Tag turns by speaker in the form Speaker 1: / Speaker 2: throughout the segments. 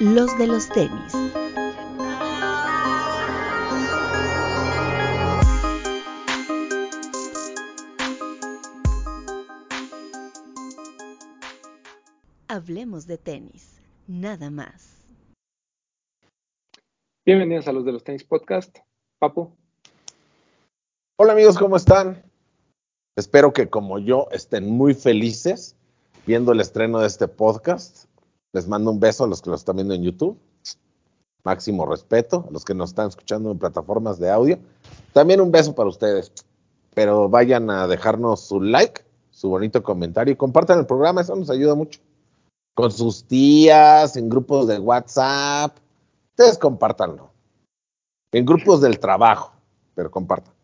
Speaker 1: Los de los tenis. Hablemos de tenis, nada más.
Speaker 2: Bienvenidos a los de los tenis podcast. Papo.
Speaker 3: Hola amigos, ¿cómo están? Espero que como yo estén muy felices viendo el estreno de este podcast. Les mando un beso a los que lo están viendo en YouTube. Máximo respeto a los que nos están escuchando en plataformas de audio. También un beso para ustedes. Pero vayan a dejarnos su like, su bonito comentario y compartan el programa, eso nos ayuda mucho. Con sus tías, en grupos de WhatsApp. Ustedes compártanlo. En grupos del trabajo, pero compartan.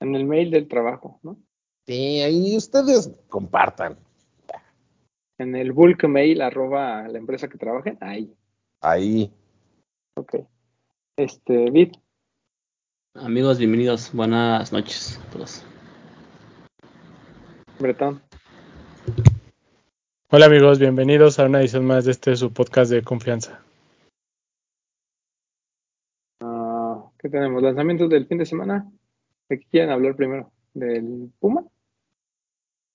Speaker 2: En el mail del trabajo, ¿no?
Speaker 3: Sí, ahí ustedes compartan.
Speaker 2: En el bulk mail arroba la empresa que trabajen, ahí.
Speaker 3: Ahí.
Speaker 2: Ok. Este, Vid,
Speaker 4: Amigos, bienvenidos. Buenas noches a todos.
Speaker 2: Bretón.
Speaker 5: Hola amigos, bienvenidos a una edición más de este su podcast de confianza.
Speaker 2: Ah, ¿Qué tenemos? ¿Lanzamientos del fin de semana? ¿De qué quieren hablar primero? ¿Del Puma?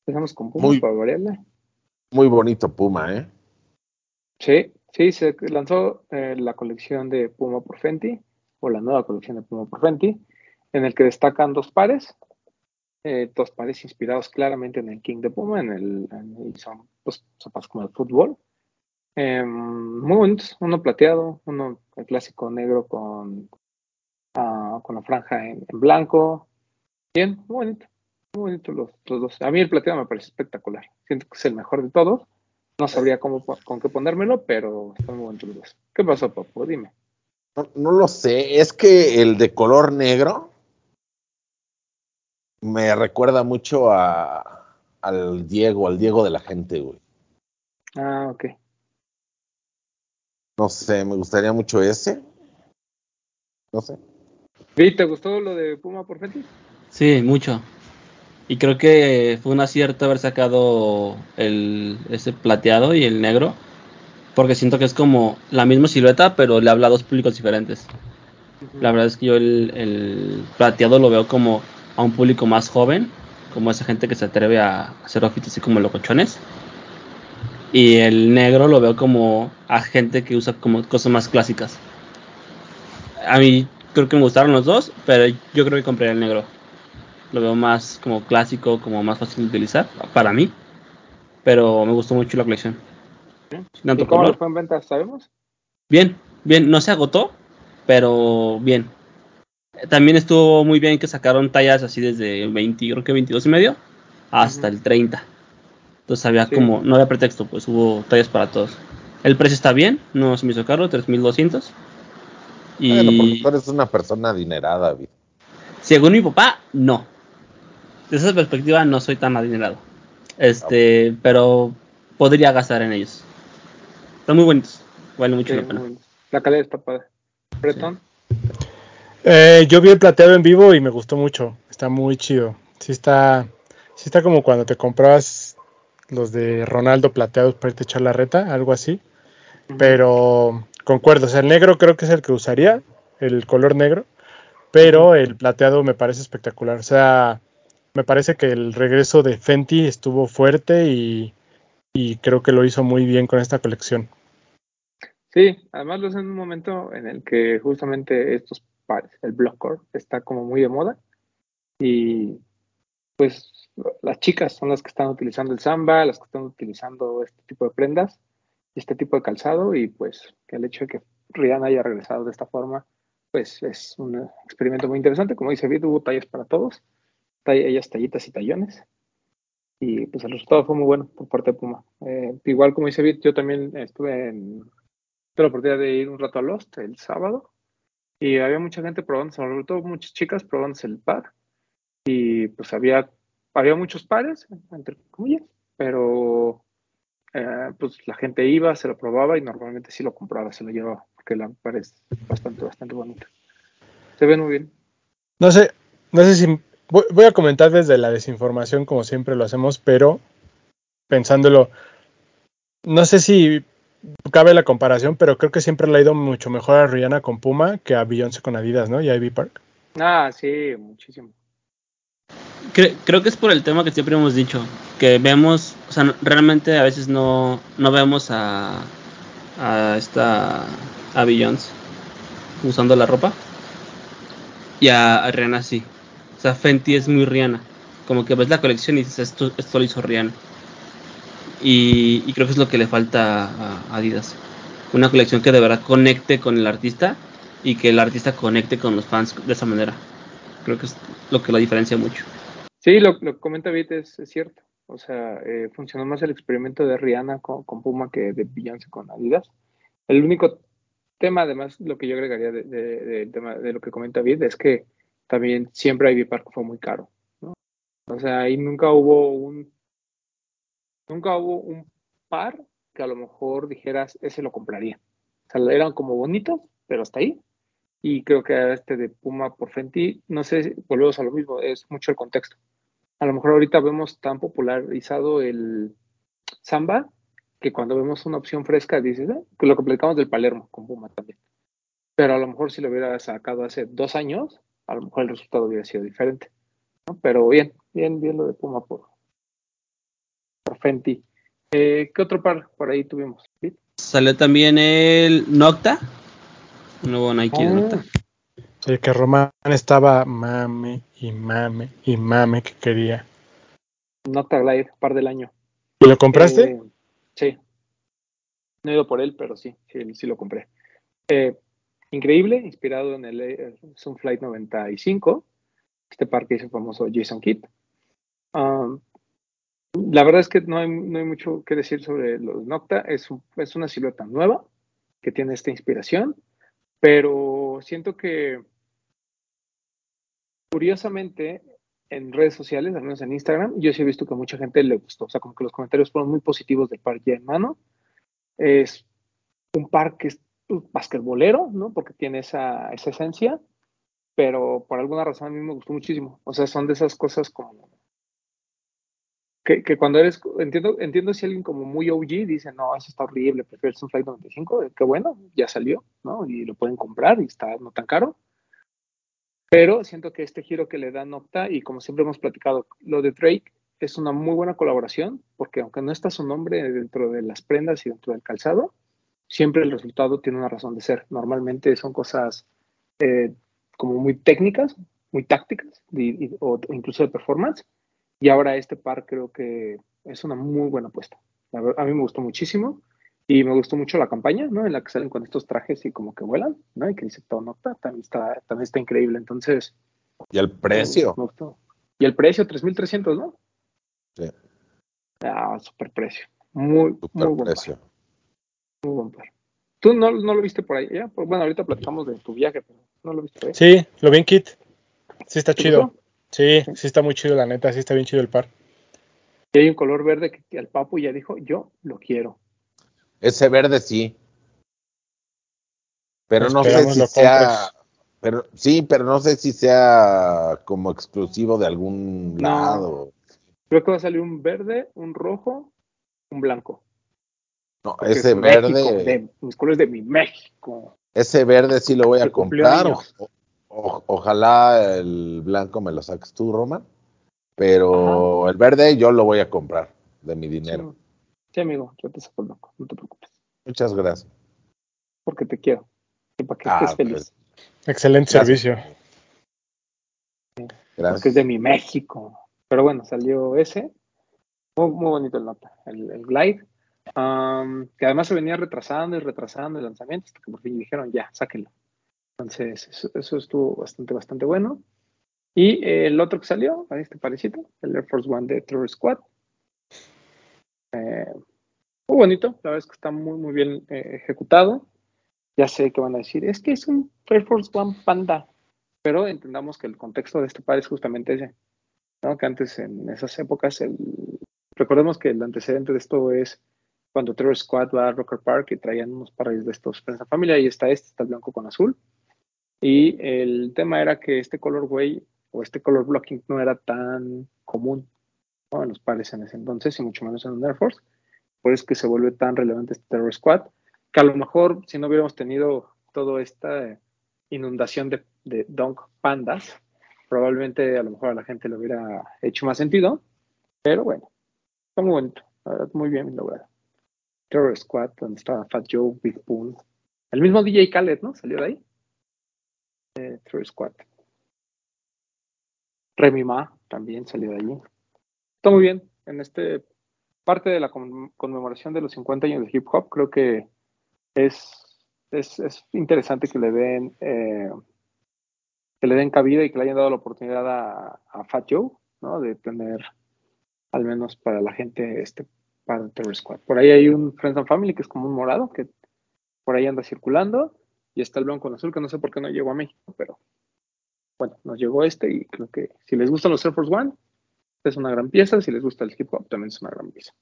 Speaker 2: Empezamos con Puma
Speaker 3: Muy-
Speaker 2: para variarle.
Speaker 3: Muy bonito Puma, ¿eh?
Speaker 2: Sí, sí, se lanzó eh, la colección de Puma por Fenty, o la nueva colección de Puma por Fenty, en el que destacan dos pares, eh, dos pares inspirados claramente en el King de Puma, en el, en- y son pues, zapatos como de fútbol. Eh, muy bonitos, uno plateado, uno el clásico negro con, ah, con la franja en, en blanco. Bien, muy bonito, muy bonito los, los dos. A mí el plateado me parece espectacular, siento que es el mejor de todos. No sabría cómo, po- con qué ponérmelo, pero está muy buen los ¿Qué pasó, Papo? Dime.
Speaker 3: No, no lo sé, es que el de color negro me recuerda mucho a, al Diego, al Diego de la gente, güey.
Speaker 2: Ah, ok.
Speaker 3: No sé, me gustaría mucho ese. No sé.
Speaker 2: Vi, ¿te gustó lo de Puma por Fenty?
Speaker 4: Sí, mucho. Y creo que fue un acierto haber sacado el, ese plateado y el negro. Porque siento que es como la misma silueta, pero le habla a dos públicos diferentes. La verdad es que yo el, el plateado lo veo como a un público más joven, como esa gente que se atreve a hacer outfits así como locochones. Y el negro lo veo como a gente que usa como cosas más clásicas. A mí creo que me gustaron los dos, pero yo creo que compraría el negro. Lo veo más como clásico, como más fácil de utilizar para mí. Pero me gustó mucho la colección.
Speaker 2: Bien.
Speaker 4: Tanto
Speaker 2: ¿Y cómo
Speaker 4: color.
Speaker 2: le fue en ventas? ¿Sabemos?
Speaker 4: Bien, bien, no se agotó, pero bien. Eh, También estuvo muy bien que sacaron tallas así desde 20, creo que 22 y medio, hasta
Speaker 2: Ujú.
Speaker 4: el 30. Entonces había
Speaker 2: Sí.
Speaker 4: como, no había pretexto, pues hubo tallas para todos. El precio está bien, no se me hizo caro, 3200. Y
Speaker 3: Bueno, porque tú eres una persona adinerada, David.
Speaker 4: según mi papá, no. Desde esa perspectiva no soy tan adinerado. Este, pero podría gastar en ellos. Están muy bonitos, vale mucho
Speaker 2: Sí,
Speaker 4: la pena.
Speaker 2: muy bien. la calidad está padre. ¿Bretón?
Speaker 5: Eh, yo vi el plateado en vivo y me gustó mucho, está muy chido. Sí está, sí está como cuando te comprabas los de Ronaldo plateados para irte a echar la reta, algo así.
Speaker 2: Ujú.
Speaker 5: Pero concuerdo, o sea, el negro creo que es el que usaría, el color negro, pero el plateado me parece espectacular. O sea, me parece que el regreso de Fenty estuvo fuerte y, y creo que lo hizo muy bien con esta colección.
Speaker 2: Sí, además lo hacen en un momento en el que justamente estos pares, el blockcore, está como muy de moda. Y pues las chicas son las que están utilizando el samba, las que están utilizando este tipo de prendas, este tipo de calzado. Y pues que el hecho de que Rihanna haya regresado de esta forma, pues es un experimento muy interesante. Como dice Vid, hubo tallas para todos, tall- ellas tallitas y tallones. Y pues el resultado fue muy bueno por parte de Puma. Eh, igual como dice Vid, yo también estuve en tuve la oportunidad de ir un rato a Lost el sábado y había mucha gente probando, sobre todo muchas chicas probándose el par y pues había, había muchos pares, entre comillas, pero eh, pues la gente iba, se lo probaba y normalmente sí lo compraba, se lo llevaba, porque la par es bastante, bastante bonita. Se ven muy bien.
Speaker 5: No sé, no sé si voy, voy a comentar desde la desinformación como siempre lo hacemos, pero pensándolo, no sé si cabe la comparación, pero creo que siempre le ha ido mucho mejor a Rihanna con Puma que a Beyoncé con Adidas, ¿no? Y a Ivy Park.
Speaker 2: Ah, sí, muchísimo.
Speaker 4: Cre- creo que es por el tema que siempre hemos dicho, que vemos, o sea, no- realmente a veces no, no vemos a, a esta, a Beyoncé usando la ropa y a, a Rihanna sí. O sea, Fenty es muy Rihanna, como que ves la colección y dices, esto, esto lo hizo Rihanna. Y, y creo que es lo que le falta a, a Adidas, una colección que de verdad conecte con el artista y que el artista conecte con los fans de esa manera. Creo que es lo que la diferencia mucho.
Speaker 2: Sí, lo, lo que comenta Vite es, es cierto. O sea, eh, funcionó más el experimento de Rihanna con, con Puma que de Beyoncé con Adidas. El único tema, además, lo que yo agregaría de, de- del tema de lo que comenta Vite es que también siempre Ivy Park fue muy caro. ¿no? O sea, ahí nunca hubo un nunca hubo un par que a lo mejor dijeras, ese lo compraría. O sea, eran como bonitos, pero hasta ahí. Y creo que este de Puma por Fenty, no sé, volvemos a lo mismo, es mucho el contexto a lo mejor ahorita vemos tan popularizado el samba que cuando vemos una opción fresca dices, "Ah", que lo que platicamos del Palermo con Puma también. Pero a lo mejor si lo hubiera sacado hace dos años, a lo mejor el resultado hubiera sido diferente. ¿no? Pero bien, bien, bien lo de Puma por, por Fenty. Eh, ¿Qué otro par por ahí tuvimos? Pete?
Speaker 4: Salió también el Nocta. Un nuevo Nike de
Speaker 2: Ah,
Speaker 4: Nocta.
Speaker 5: El que Román estaba mame y mame y mame que quería.
Speaker 2: Nocta Glide, par del año.
Speaker 5: ¿Y lo compraste?
Speaker 2: Eh, sí. No he ido por él, pero sí, sí, sí lo compré. Eh, increíble, inspirado en el eh, Sunflight 95, este parque hizo famoso Jason Kidd. Ah, la verdad es que no hay, no hay mucho que decir sobre los Nocta, es, un- es una silueta nueva que tiene esta inspiración, pero siento que curiosamente en redes sociales, al menos en Instagram, yo sí he visto que mucha gente le gustó. O sea, como que los comentarios fueron muy positivos del par ya en mano. Es un par que es pues, basquetbolero, ¿no? Porque tiene esa, esa esencia, pero por alguna razón a mí me gustó muchísimo. O sea, son de esas cosas como... Que, que cuando eres, entiendo, entiendo si alguien como muy OG dice, no, eso está horrible, prefiero el Sunflight 95, eh, qué bueno, ya salió, ¿no? Y lo pueden comprar y está no tan caro. Pero siento que este giro que le da Nocta, y como siempre hemos platicado, lo de Drake es una muy buena colaboración, porque aunque no está su nombre dentro de las prendas y dentro del calzado, siempre el resultado tiene una razón de ser. Normalmente son cosas eh, como muy técnicas, muy tácticas, y- y- o incluso de performance. Y ahora este par creo que es una muy buena apuesta. La ver- a mí me gustó muchísimo. Y me gustó mucho la campaña, ¿no? En la que salen con estos trajes y como que vuelan, ¿no? Y que dice todo nota, también está, también está increíble. Entonces.
Speaker 3: Y el precio.
Speaker 2: Me gustó. Y el precio, 3.300, ¿no?
Speaker 3: Sí.
Speaker 2: Ah, super precio. Muy,
Speaker 3: Super
Speaker 2: muy buen par,
Speaker 3: precio.
Speaker 2: muy buen par. ¿Tú no, no lo viste por ahí? ya? Pues, bueno, ahorita platicamos de tu viaje, pero no lo viste por ahí.
Speaker 5: Sí, lo vi en Kit. Sí está
Speaker 2: ¿Te
Speaker 5: chido.
Speaker 2: gustó?
Speaker 5: Sí, sí está muy chido, la neta. Sí está bien chido el par.
Speaker 2: Y hay un color verde que, que el papu ya dijo, yo lo quiero.
Speaker 3: Ese verde sí. Pero no sé
Speaker 5: Esperamos
Speaker 3: si
Speaker 5: lo
Speaker 3: sea.
Speaker 5: compres.
Speaker 3: Pero, sí, pero no sé si sea como exclusivo de algún
Speaker 2: No.
Speaker 3: lado.
Speaker 2: Creo que va a salir un verde, un rojo, un blanco.
Speaker 3: No,
Speaker 2: Porque
Speaker 3: ese
Speaker 2: es México,
Speaker 3: verde,
Speaker 2: de- mis colores de mi México.
Speaker 3: ese verde sí lo voy a
Speaker 2: de
Speaker 3: comprar.
Speaker 2: cumpleaños.
Speaker 3: o- o- ojalá el blanco me lo saques tú, Roman. Pero el verde yo lo voy a comprar de mi dinero.
Speaker 2: Mm. Sí, amigo, yo te saco el blanco, no te preocupes.
Speaker 3: Muchas gracias.
Speaker 2: Porque te quiero. Y para que
Speaker 3: Ah,
Speaker 2: estés feliz.
Speaker 3: pues,
Speaker 5: Excelente
Speaker 3: Gracias.
Speaker 5: servicio.
Speaker 3: Gracias.
Speaker 2: porque es de mi México. Pero bueno, salió ese. Muy, muy bonito el nota, el, el Glide. Am, que además se venía retrasando y retrasando el lanzamiento, hasta que por fin dijeron ya, sáquenlo. Entonces, eso, eso estuvo bastante, bastante bueno. Y eh, el otro que salió, a este parecito, el Air Force One de Terror Squad. Eh, muy bonito, la verdad es que está muy, muy bien eh, ejecutado. Ya sé que van a decir, es que es un Air Force One Panda, pero entendamos que el contexto de este par es justamente ese. ¿no? Que antes en esas épocas, el... recordemos que el antecedente de esto es cuando Terror Squad va a Rocker Park y traían unos pares de estos Prensa Familia, y está este, está el blanco con azul. Y el tema era que este colorway o este color blocking no era tan común ¿no? en los pares en ese entonces y mucho menos en un Air Force. Por eso es que se vuelve tan relevante este Terror Squad, que a lo mejor si no hubiéramos tenido toda esta inundación de, de Donk Pandas, probablemente a lo mejor a la gente le hubiera hecho más sentido, pero bueno, está muy bonito, la verdad, muy bien logrado. Terror Squad, donde estaba Fat Joe, Big Poon, el mismo DJ Khaled, ¿no? Salió de ahí. Eh, Terror Squad. Remy Ma también salió de allí. Está muy bien. En este parte de la conmemoración de los 50 años de hip hop, creo que es, es, es interesante que le den eh, que le den cabida y que le hayan dado la oportunidad a, a Fat Joe, ¿no? De tener al menos para la gente este para Terror Squad. Por ahí hay un Friends and Family que es como un morado que por ahí anda circulando y está el blanco con azul que no sé por qué no llegó a México, pero bueno, nos llegó este y creo que si les gustan los Air Force One, es una gran pieza. Si les gusta el hip hop, también es una gran pieza.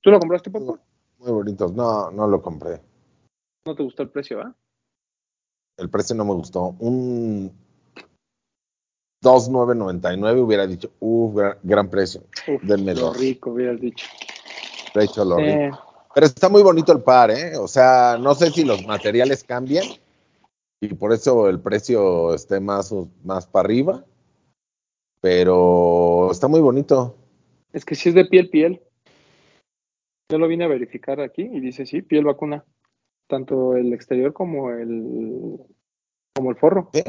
Speaker 2: ¿Tú lo compraste, Popo?
Speaker 3: Muy bonitos. No, no lo compré.
Speaker 2: No te gustó el precio, ¿ah?
Speaker 3: El precio no me gustó. Un 2.999 hubiera dicho, uff, gran, gran precio.
Speaker 2: Uf,
Speaker 3: Denme
Speaker 2: lo
Speaker 3: dos.
Speaker 2: rico, hubieras dicho.
Speaker 3: De hecho, lo rico.
Speaker 2: Eh,
Speaker 3: Pero está muy bonito el par, ¿eh? O sea, no sé si los materiales cambian y por eso el precio esté más, más para arriba, pero está muy bonito.
Speaker 2: es que si es de piel, piel. Yo lo vine a verificar aquí y dice, sí, piel vacuna. Tanto el exterior como el como el forro.
Speaker 3: ¿Sí?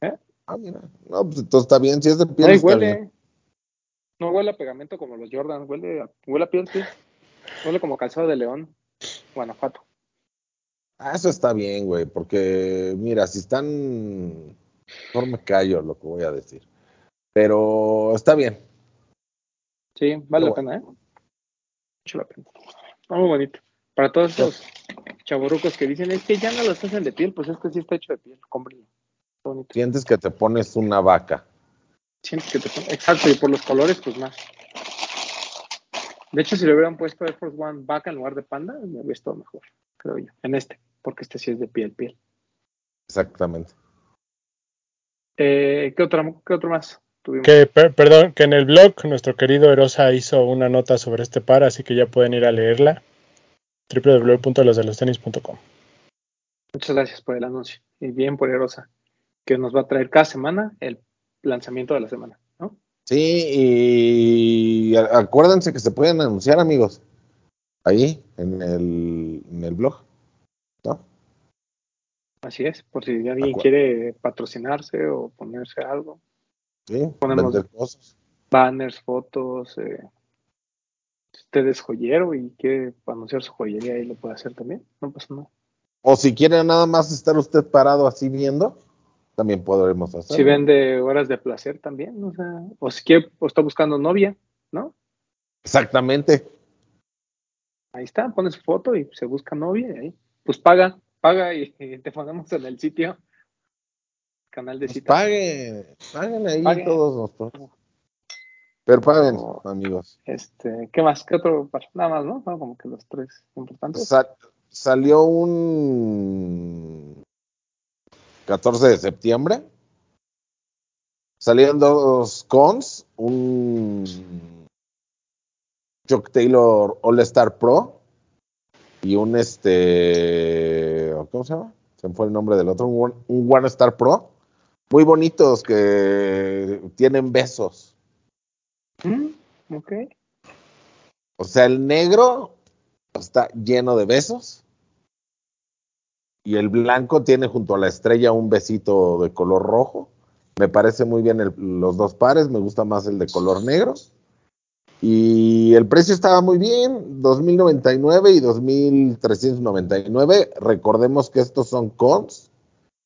Speaker 2: ¿Eh?
Speaker 3: Ah, mira. No, pues entonces está bien, si es de piel.
Speaker 2: Ay,
Speaker 3: está bien.
Speaker 2: huele. No huele a pegamento como los Jordan, huele a, huele a piel, sí. Huele como calzado de león, Guanajuato.
Speaker 3: Ah, eso está bien, güey, porque mira, si están... No me callo lo que voy a decir. Pero está bien.
Speaker 2: Sí, vale la
Speaker 3: Qué
Speaker 2: pena, ¿eh? Mucho la pena. Está muy bonito. Para todos esos chaborucos que dicen, es que ya no los hacen de piel, pues este sí está hecho de piel, cómprenlo. Está bonito.
Speaker 3: Sientes que te pones una vaca.
Speaker 2: Sientes que te pone- Exacto, y por los colores, pues más. De hecho, si le hubieran puesto Air Force One vaca en lugar de panda, me hubiera estado mejor, creo yo. En este, porque este sí es de piel, piel.
Speaker 3: Exactamente.
Speaker 2: Eh, ¿qué, otro, ¿Qué otro más tuvimos?
Speaker 5: Que, per- perdón, que en el blog nuestro querido Erosa hizo una nota sobre este par, así que ya pueden ir a leerla. www.losdelostenis.com
Speaker 2: Muchas gracias por el anuncio. Y bien poderosa, que nos va a traer cada semana el lanzamiento de la semana, ¿no?
Speaker 3: Sí, y a- acuérdense que se pueden anunciar, amigos. Ahí, en el, en el blog. ¿No?
Speaker 2: Así es, por si alguien
Speaker 3: acuerdo.
Speaker 2: quiere patrocinarse o ponerse algo.
Speaker 3: Sí,
Speaker 2: Ponemos-
Speaker 3: vender cosas.
Speaker 2: Banners, fotos. eh, Si usted es joyero y quiere anunciar su joyería, ahí lo puede hacer también. No pasa nada.
Speaker 3: O si quiere nada más estar usted parado así viendo, también podremos hacerlo.
Speaker 2: Si vende horas de placer también, o sea, o si quiere, o está buscando novia, ¿no?
Speaker 3: Exactamente.
Speaker 2: Ahí está, pone su foto y se busca novia y ahí. Pues paga, paga y, y te ponemos en el sitio. Canal de
Speaker 3: Pues
Speaker 2: citas.
Speaker 3: paguen, paguen ahí
Speaker 2: Paguen.
Speaker 3: todos nosotros. Pero paguen,
Speaker 2: No.
Speaker 3: amigos.
Speaker 2: Este, ¿qué más? ¿Qué otro? par? Nada más, ¿no? Fueron Como que los tres importantes.
Speaker 5: Pues,
Speaker 3: Sa- salió un 14 de septiembre. Salieron dos cons, un Chuck Taylor All Star Pro y un este, ¿cómo se llama? Se me fue el nombre del otro, un One, un One Star Pro. Muy bonitos que tienen besos.
Speaker 5: ah.
Speaker 2: Mm, Ok.
Speaker 3: O sea, el negro está lleno de besos. Y el blanco tiene junto a la estrella un besito de color rojo. Me parece muy bien el- los dos pares. Me gusta más el de color negro. Y el precio estaba muy bien, 2099 y 2399. Recordemos que estos son cons,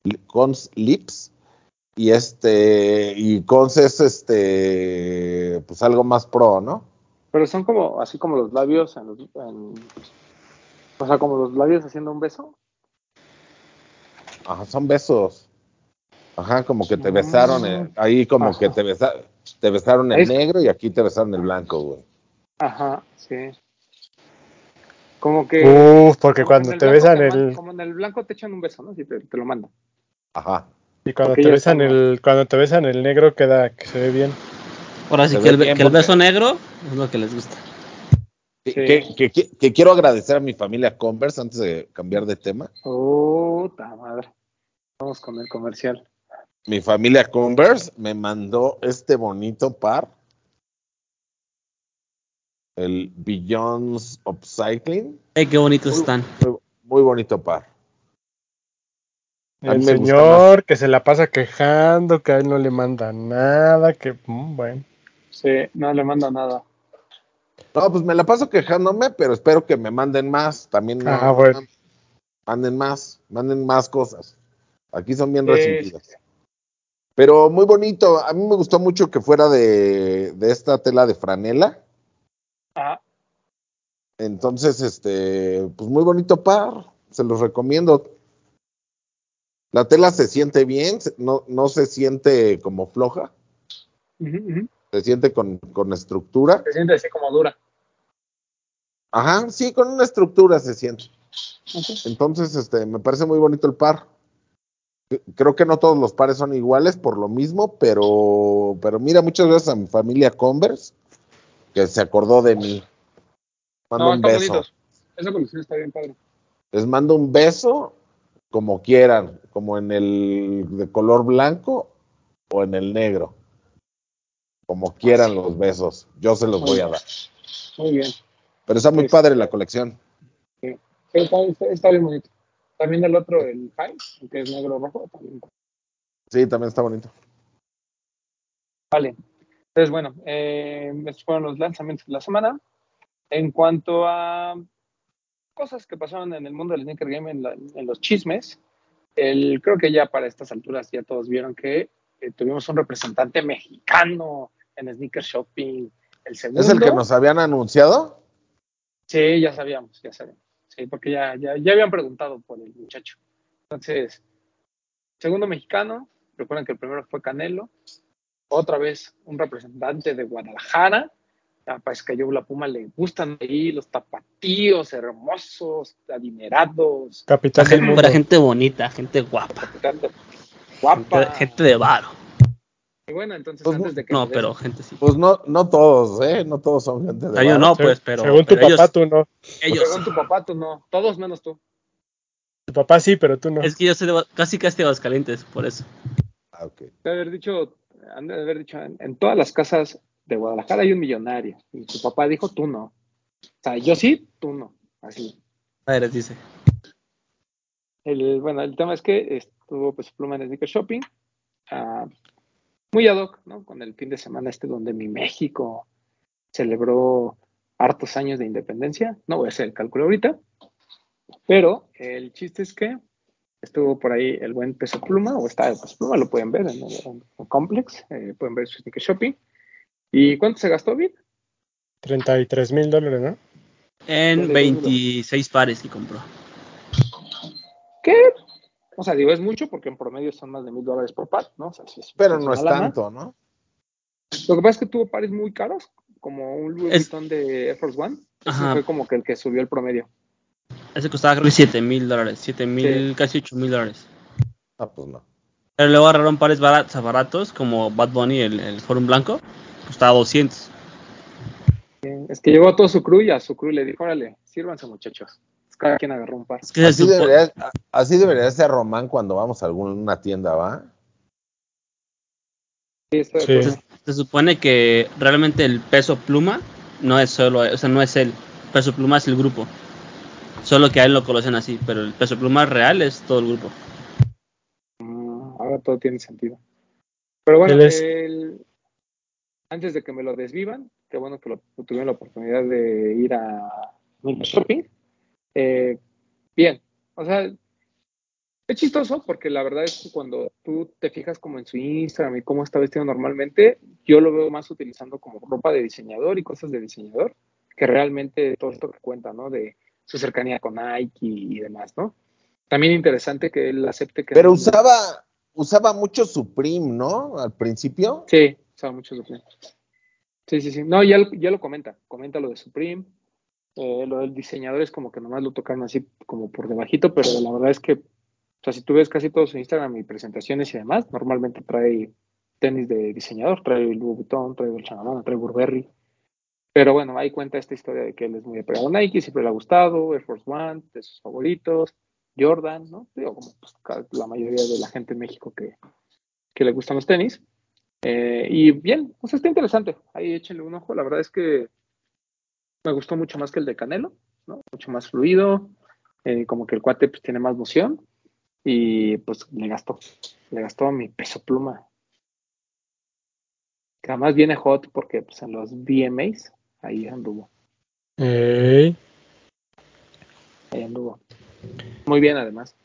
Speaker 3: li- cons lips. Y este, y cons es este, pues algo más pro, ¿no?
Speaker 2: Pero son como, así como los labios, en los- en- o sea, como los labios haciendo un beso.
Speaker 3: Ajá, son besos. Ajá, como que te
Speaker 2: Ah.
Speaker 3: besaron eh, ahí, como
Speaker 2: Ajá.
Speaker 3: que te, besa- te besaron el
Speaker 2: Es-
Speaker 3: negro y aquí te besaron el blanco, güey.
Speaker 2: Ajá, sí. Como que.
Speaker 5: Uf, porque
Speaker 2: como
Speaker 5: Uh, cuando
Speaker 2: en
Speaker 5: te
Speaker 2: blanco
Speaker 5: besan
Speaker 2: man-
Speaker 5: el
Speaker 2: Como en el blanco te echan un beso, ¿no? Sí, te, te lo mandan.
Speaker 3: Ajá.
Speaker 5: y cuando
Speaker 2: porque
Speaker 5: te
Speaker 2: ya
Speaker 5: besan
Speaker 2: está,
Speaker 5: el cuando te besan el negro queda que se ve bien.
Speaker 4: Ahora sí
Speaker 3: Se
Speaker 4: que
Speaker 3: ve
Speaker 4: el, be-
Speaker 3: bien
Speaker 4: que el
Speaker 3: porque-
Speaker 4: beso negro es lo que les gusta.
Speaker 3: Que,
Speaker 2: Sí.
Speaker 3: que- que- que quiero agradecer a mi familia Converse antes de cambiar de tema.
Speaker 2: Oh, ta madre. Vamos con el comercial.
Speaker 3: Mi familia Converse me mandó este bonito par. El Beyonds Upcycling.
Speaker 4: Ay, Eh, qué bonitos están.
Speaker 3: Muy, muy bonito par. A
Speaker 5: El
Speaker 3: mí me gusta
Speaker 5: señor que se la pasa quejando, que a él no le manda nada, que mm, bueno.
Speaker 2: Sí, no le manda nada.
Speaker 3: No, pues me la paso quejándome, pero espero que me manden más. También no-
Speaker 5: Ah, bueno.
Speaker 3: manden más, manden más cosas. Aquí son bien
Speaker 2: Sí,
Speaker 3: resentidas. Pero muy bonito. A mí me gustó mucho que fuera de, de esta tela de franela.
Speaker 2: Ah,
Speaker 3: Entonces, este, pues muy bonito par, se los recomiendo. La tela se siente bien, se- no, no se siente como floja,
Speaker 2: ujú, ujú.
Speaker 3: se siente con, con estructura.
Speaker 2: Se siente así como dura.
Speaker 3: Ajá, sí, con una estructura se siente. Entonces, este, me parece muy bonito el par. C- Creo que no todos los pares son iguales por lo mismo, pero, pero mira, muchas gracias a mi familia Converse, que se acordó de mí. Mando
Speaker 2: no,
Speaker 3: un
Speaker 2: están
Speaker 3: beso.
Speaker 2: bonitos. Esa colección está bien padre.
Speaker 3: Les mando un beso, como quieran, como en el de color blanco o en el negro. Como quieran los besos, yo se los voy a dar.
Speaker 2: Muy bien.
Speaker 3: Pero está muy
Speaker 2: Pues-
Speaker 3: padre la colección.
Speaker 2: Sí, está, está- está bien bonito. También el otro, el High, que es negro rojo, también.
Speaker 3: Sí, también está bonito.
Speaker 2: Vale. Entonces, bueno, eh, estos fueron los lanzamientos de la semana. En cuanto a cosas que pasaron en el mundo del sneaker game, en, la- en los chismes, el, creo que ya para estas alturas ya todos vieron que eh, tuvimos un representante mexicano en Sneaker Shopping. El segundo.
Speaker 3: ¿Es el que nos habían anunciado?
Speaker 2: Sí, ya sabíamos, ya sabíamos. Sí, porque ya, ya, ya habían preguntado por el muchacho. Entonces, segundo mexicano, recuerden que el primero fue Canelo, otra vez un representante de Guadalajara, pues, a Pascayo La Puma le gustan ahí los tapatíos hermosos, adinerados,
Speaker 5: Capital del mundo.
Speaker 4: Para gente bonita, gente guapa,
Speaker 2: tanto
Speaker 4: gente,
Speaker 2: guapa.
Speaker 4: gente de varo.
Speaker 2: Y bueno, entonces
Speaker 3: Pues,
Speaker 2: antes de que
Speaker 4: No,
Speaker 2: nos des-
Speaker 4: pero gente sí.
Speaker 3: Pues no, no todos, ¿eh? No todos son gente de
Speaker 4: Ah, yo
Speaker 3: barrio.
Speaker 4: no,
Speaker 5: Se-
Speaker 4: pues, pero,
Speaker 5: según tu
Speaker 4: pero
Speaker 5: papá,
Speaker 4: ellos,
Speaker 5: tú no.
Speaker 4: ellos
Speaker 2: según
Speaker 4: sí.
Speaker 2: tu papá, tú no, todos menos tú.
Speaker 5: Tu papá sí, pero tú no.
Speaker 4: Es que yo soy de Gua- casi casi de Aguascalientes, por eso.
Speaker 3: Ah, ok.
Speaker 2: De haber dicho, han de haber dicho, en, en todas las casas de Guadalajara hay un millonario. Y tu papá dijo, tú no. O sea, yo sí, tú no. Así.
Speaker 4: Madres dice.
Speaker 2: El, bueno, el tema es que estuvo pues Pluma en Sneaker Shopping. ah, muy ad hoc, ¿no? Con el fin de semana este donde mi México celebró hartos años de independencia. No voy a hacer el cálculo ahorita. Pero el chiste es que estuvo por ahí el buen Peso Pluma, o está el Peso Pluma, lo pueden ver en el, en el Complex, eh, pueden ver su Sneaker Shopping. ¿Y cuánto se gastó, Vic?
Speaker 5: 33 mil dólares, ¿no?
Speaker 4: En
Speaker 2: Dale,
Speaker 4: 26 pares que compró.
Speaker 2: ¿Qué? O sea, digo, es mucho porque en promedio son más de mil dólares por par, ¿no? O sea, sí
Speaker 3: Pero
Speaker 2: sí
Speaker 3: no es
Speaker 2: una lana.
Speaker 3: tanto, ¿no?
Speaker 2: Lo que pasa es que tuvo pares muy caros, como un Louis
Speaker 4: Es-
Speaker 2: Vuitton de Air Force One. Ese
Speaker 4: Ajá.
Speaker 2: fue como que el que subió el promedio.
Speaker 4: Ese costaba creo que 7 mil dólares, 7 mil, casi 8 mil dólares.
Speaker 3: Ah, pues no.
Speaker 4: Pero luego agarraron pares baratos, baratos como Bad Bunny, el, el Forum Blanco, costaba 200.
Speaker 2: Es que llevó a todo su crew y a su crew le dijo, órale, sírvanse muchachos. Es cada quien agarró un par.
Speaker 4: Es que se
Speaker 3: así,
Speaker 4: supo-
Speaker 3: debería, así debería ser Román cuando vamos a alguna tienda, ¿va?
Speaker 2: Sí, estoy de
Speaker 5: Sí.
Speaker 2: acuerdo.
Speaker 4: Se supone que realmente el peso pluma no es solo, o sea, no es él. Peso pluma es el grupo. Solo que a él lo conocen así, pero el peso pluma real es todo el grupo.
Speaker 2: Mm, Ahora todo tiene sentido. Pero bueno,
Speaker 5: Él es-
Speaker 2: el- antes de que me lo desvivan, qué bueno que lo, tuvieron la oportunidad de ir a Mini Shopping. Eh, bien, o sea, es chistoso porque la verdad es que cuando tú te fijas como en su Instagram y cómo está vestido normalmente, yo lo veo más utilizando como ropa de diseñador y cosas de diseñador que realmente todo esto que cuenta, ¿no? De su cercanía con Nike y demás, ¿no? También interesante que él acepte que...
Speaker 3: Pero usaba, usaba mucho Supreme, ¿no? Al principio.
Speaker 2: Sí, usaba mucho Supreme. Sí, sí, sí. No, ya lo, ya lo comenta. Comenta lo de Supreme. Eh, lo del diseñador es como que nomás lo tocaron así como por debajito, pero la verdad es que, o sea, si tú ves casi todo su Instagram y presentaciones y demás, normalmente trae tenis de diseñador, trae Louis Vuitton, trae Dolce Gabbana, trae Burberry. Pero bueno, ahí cuenta esta historia de que él es muy apegado a Nike, siempre le ha gustado, Air Force One, de sus favoritos, Jordan, ¿no? Digo, como pues, ca- la mayoría de la gente en México que, que le gustan los tenis. Eh, y bien, pues está interesante. Ahí échenle un ojo. La verdad es que me gustó mucho más que el de Canelo, ¿no? Mucho más fluido, eh, como que el cuate pues, tiene más noción y pues le gastó, le gastó mi peso pluma. Que además viene hot porque pues en los VMAs ahí anduvo,
Speaker 5: Ey.
Speaker 2: ahí anduvo. Muy bien además.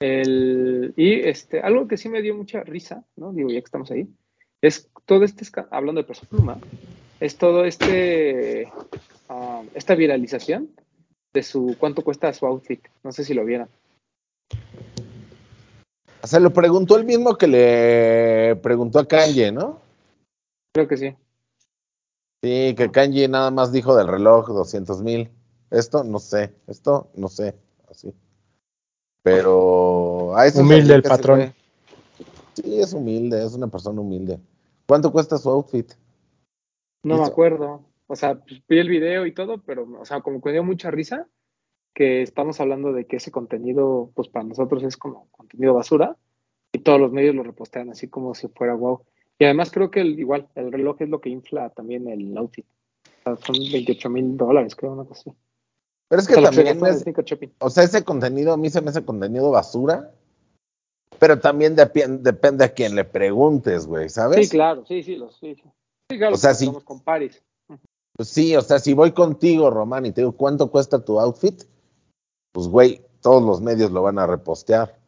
Speaker 2: El, y este, algo que sí me dio mucha risa, ¿no? Digo, ya que estamos ahí, es todo este, esca- hablando de peso pluma, es todo este, ah, esta viralización de su, cuánto cuesta su outfit. No sé si lo vieron.
Speaker 3: Se lo preguntó el mismo que le preguntó a Kanye, ¿no?
Speaker 2: Creo que sí.
Speaker 3: Sí, que Kanye nada más dijo del reloj 200 mil. Esto no sé, esto no sé, así. Pero a eso
Speaker 5: Humilde
Speaker 3: también
Speaker 5: el
Speaker 3: que se
Speaker 5: patrón.
Speaker 3: ve. Sí, es humilde, es una persona humilde. ¿Cuánto cuesta su outfit?
Speaker 2: No me
Speaker 3: Listo.
Speaker 2: acuerdo. O sea, pues, vi el video y todo, pero, o sea, como que me dio mucha risa que estamos hablando de que ese contenido, pues para nosotros es como contenido basura y todos los medios lo repostean así como si fuera wow. Y además creo que el, igual, el reloj es lo que infla también el outfit. O sea, son 28 mil dólares, creo, una cosa así.
Speaker 3: Pero es que
Speaker 2: O sea, lo que se
Speaker 3: también
Speaker 2: gastó en
Speaker 3: es,
Speaker 2: sneaker shopping.
Speaker 3: o sea, ese contenido, a mí se me hace contenido basura, pero también depien- depende a quién le preguntes, güey, ¿sabes?
Speaker 2: Sí, claro, sí, sí, los, sí, sí. Sí, claro,
Speaker 3: O sea,
Speaker 2: porque
Speaker 3: sí.
Speaker 2: estamos con Paris.
Speaker 3: Pues sí, o sea, si voy contigo, Román, y te digo, ¿cuánto cuesta tu outfit? Pues, güey, todos los medios lo van a repostear.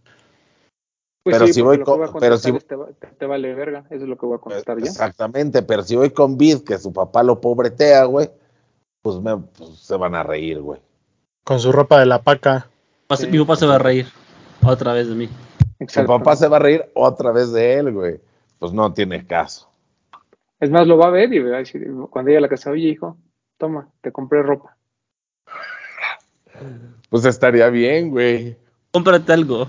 Speaker 2: Pues
Speaker 3: Pero si
Speaker 2: porque
Speaker 3: voy
Speaker 2: lo que
Speaker 3: con-
Speaker 2: voy a
Speaker 3: pero si-
Speaker 2: contestar es te, va- te- te vale verga, eso es lo que voy a contestar ya.
Speaker 3: Exactamente, pero si voy con Vid, que su papá lo pobretea, güey, pues, me, pues se van a reír, güey.
Speaker 5: Con su ropa de la paca.
Speaker 4: Pas-
Speaker 2: Sí.
Speaker 4: Mi papá se va a reír otra vez de mí.
Speaker 3: Su
Speaker 2: Exacto.
Speaker 3: papá se va a reír otra vez de él, güey. Pues no tiene caso.
Speaker 2: Es más, lo va a ver y va a decir, cuando llegue a la casa, oye, hijo, toma, te compré ropa.
Speaker 3: Pues estaría bien, güey.
Speaker 4: Cómprate algo.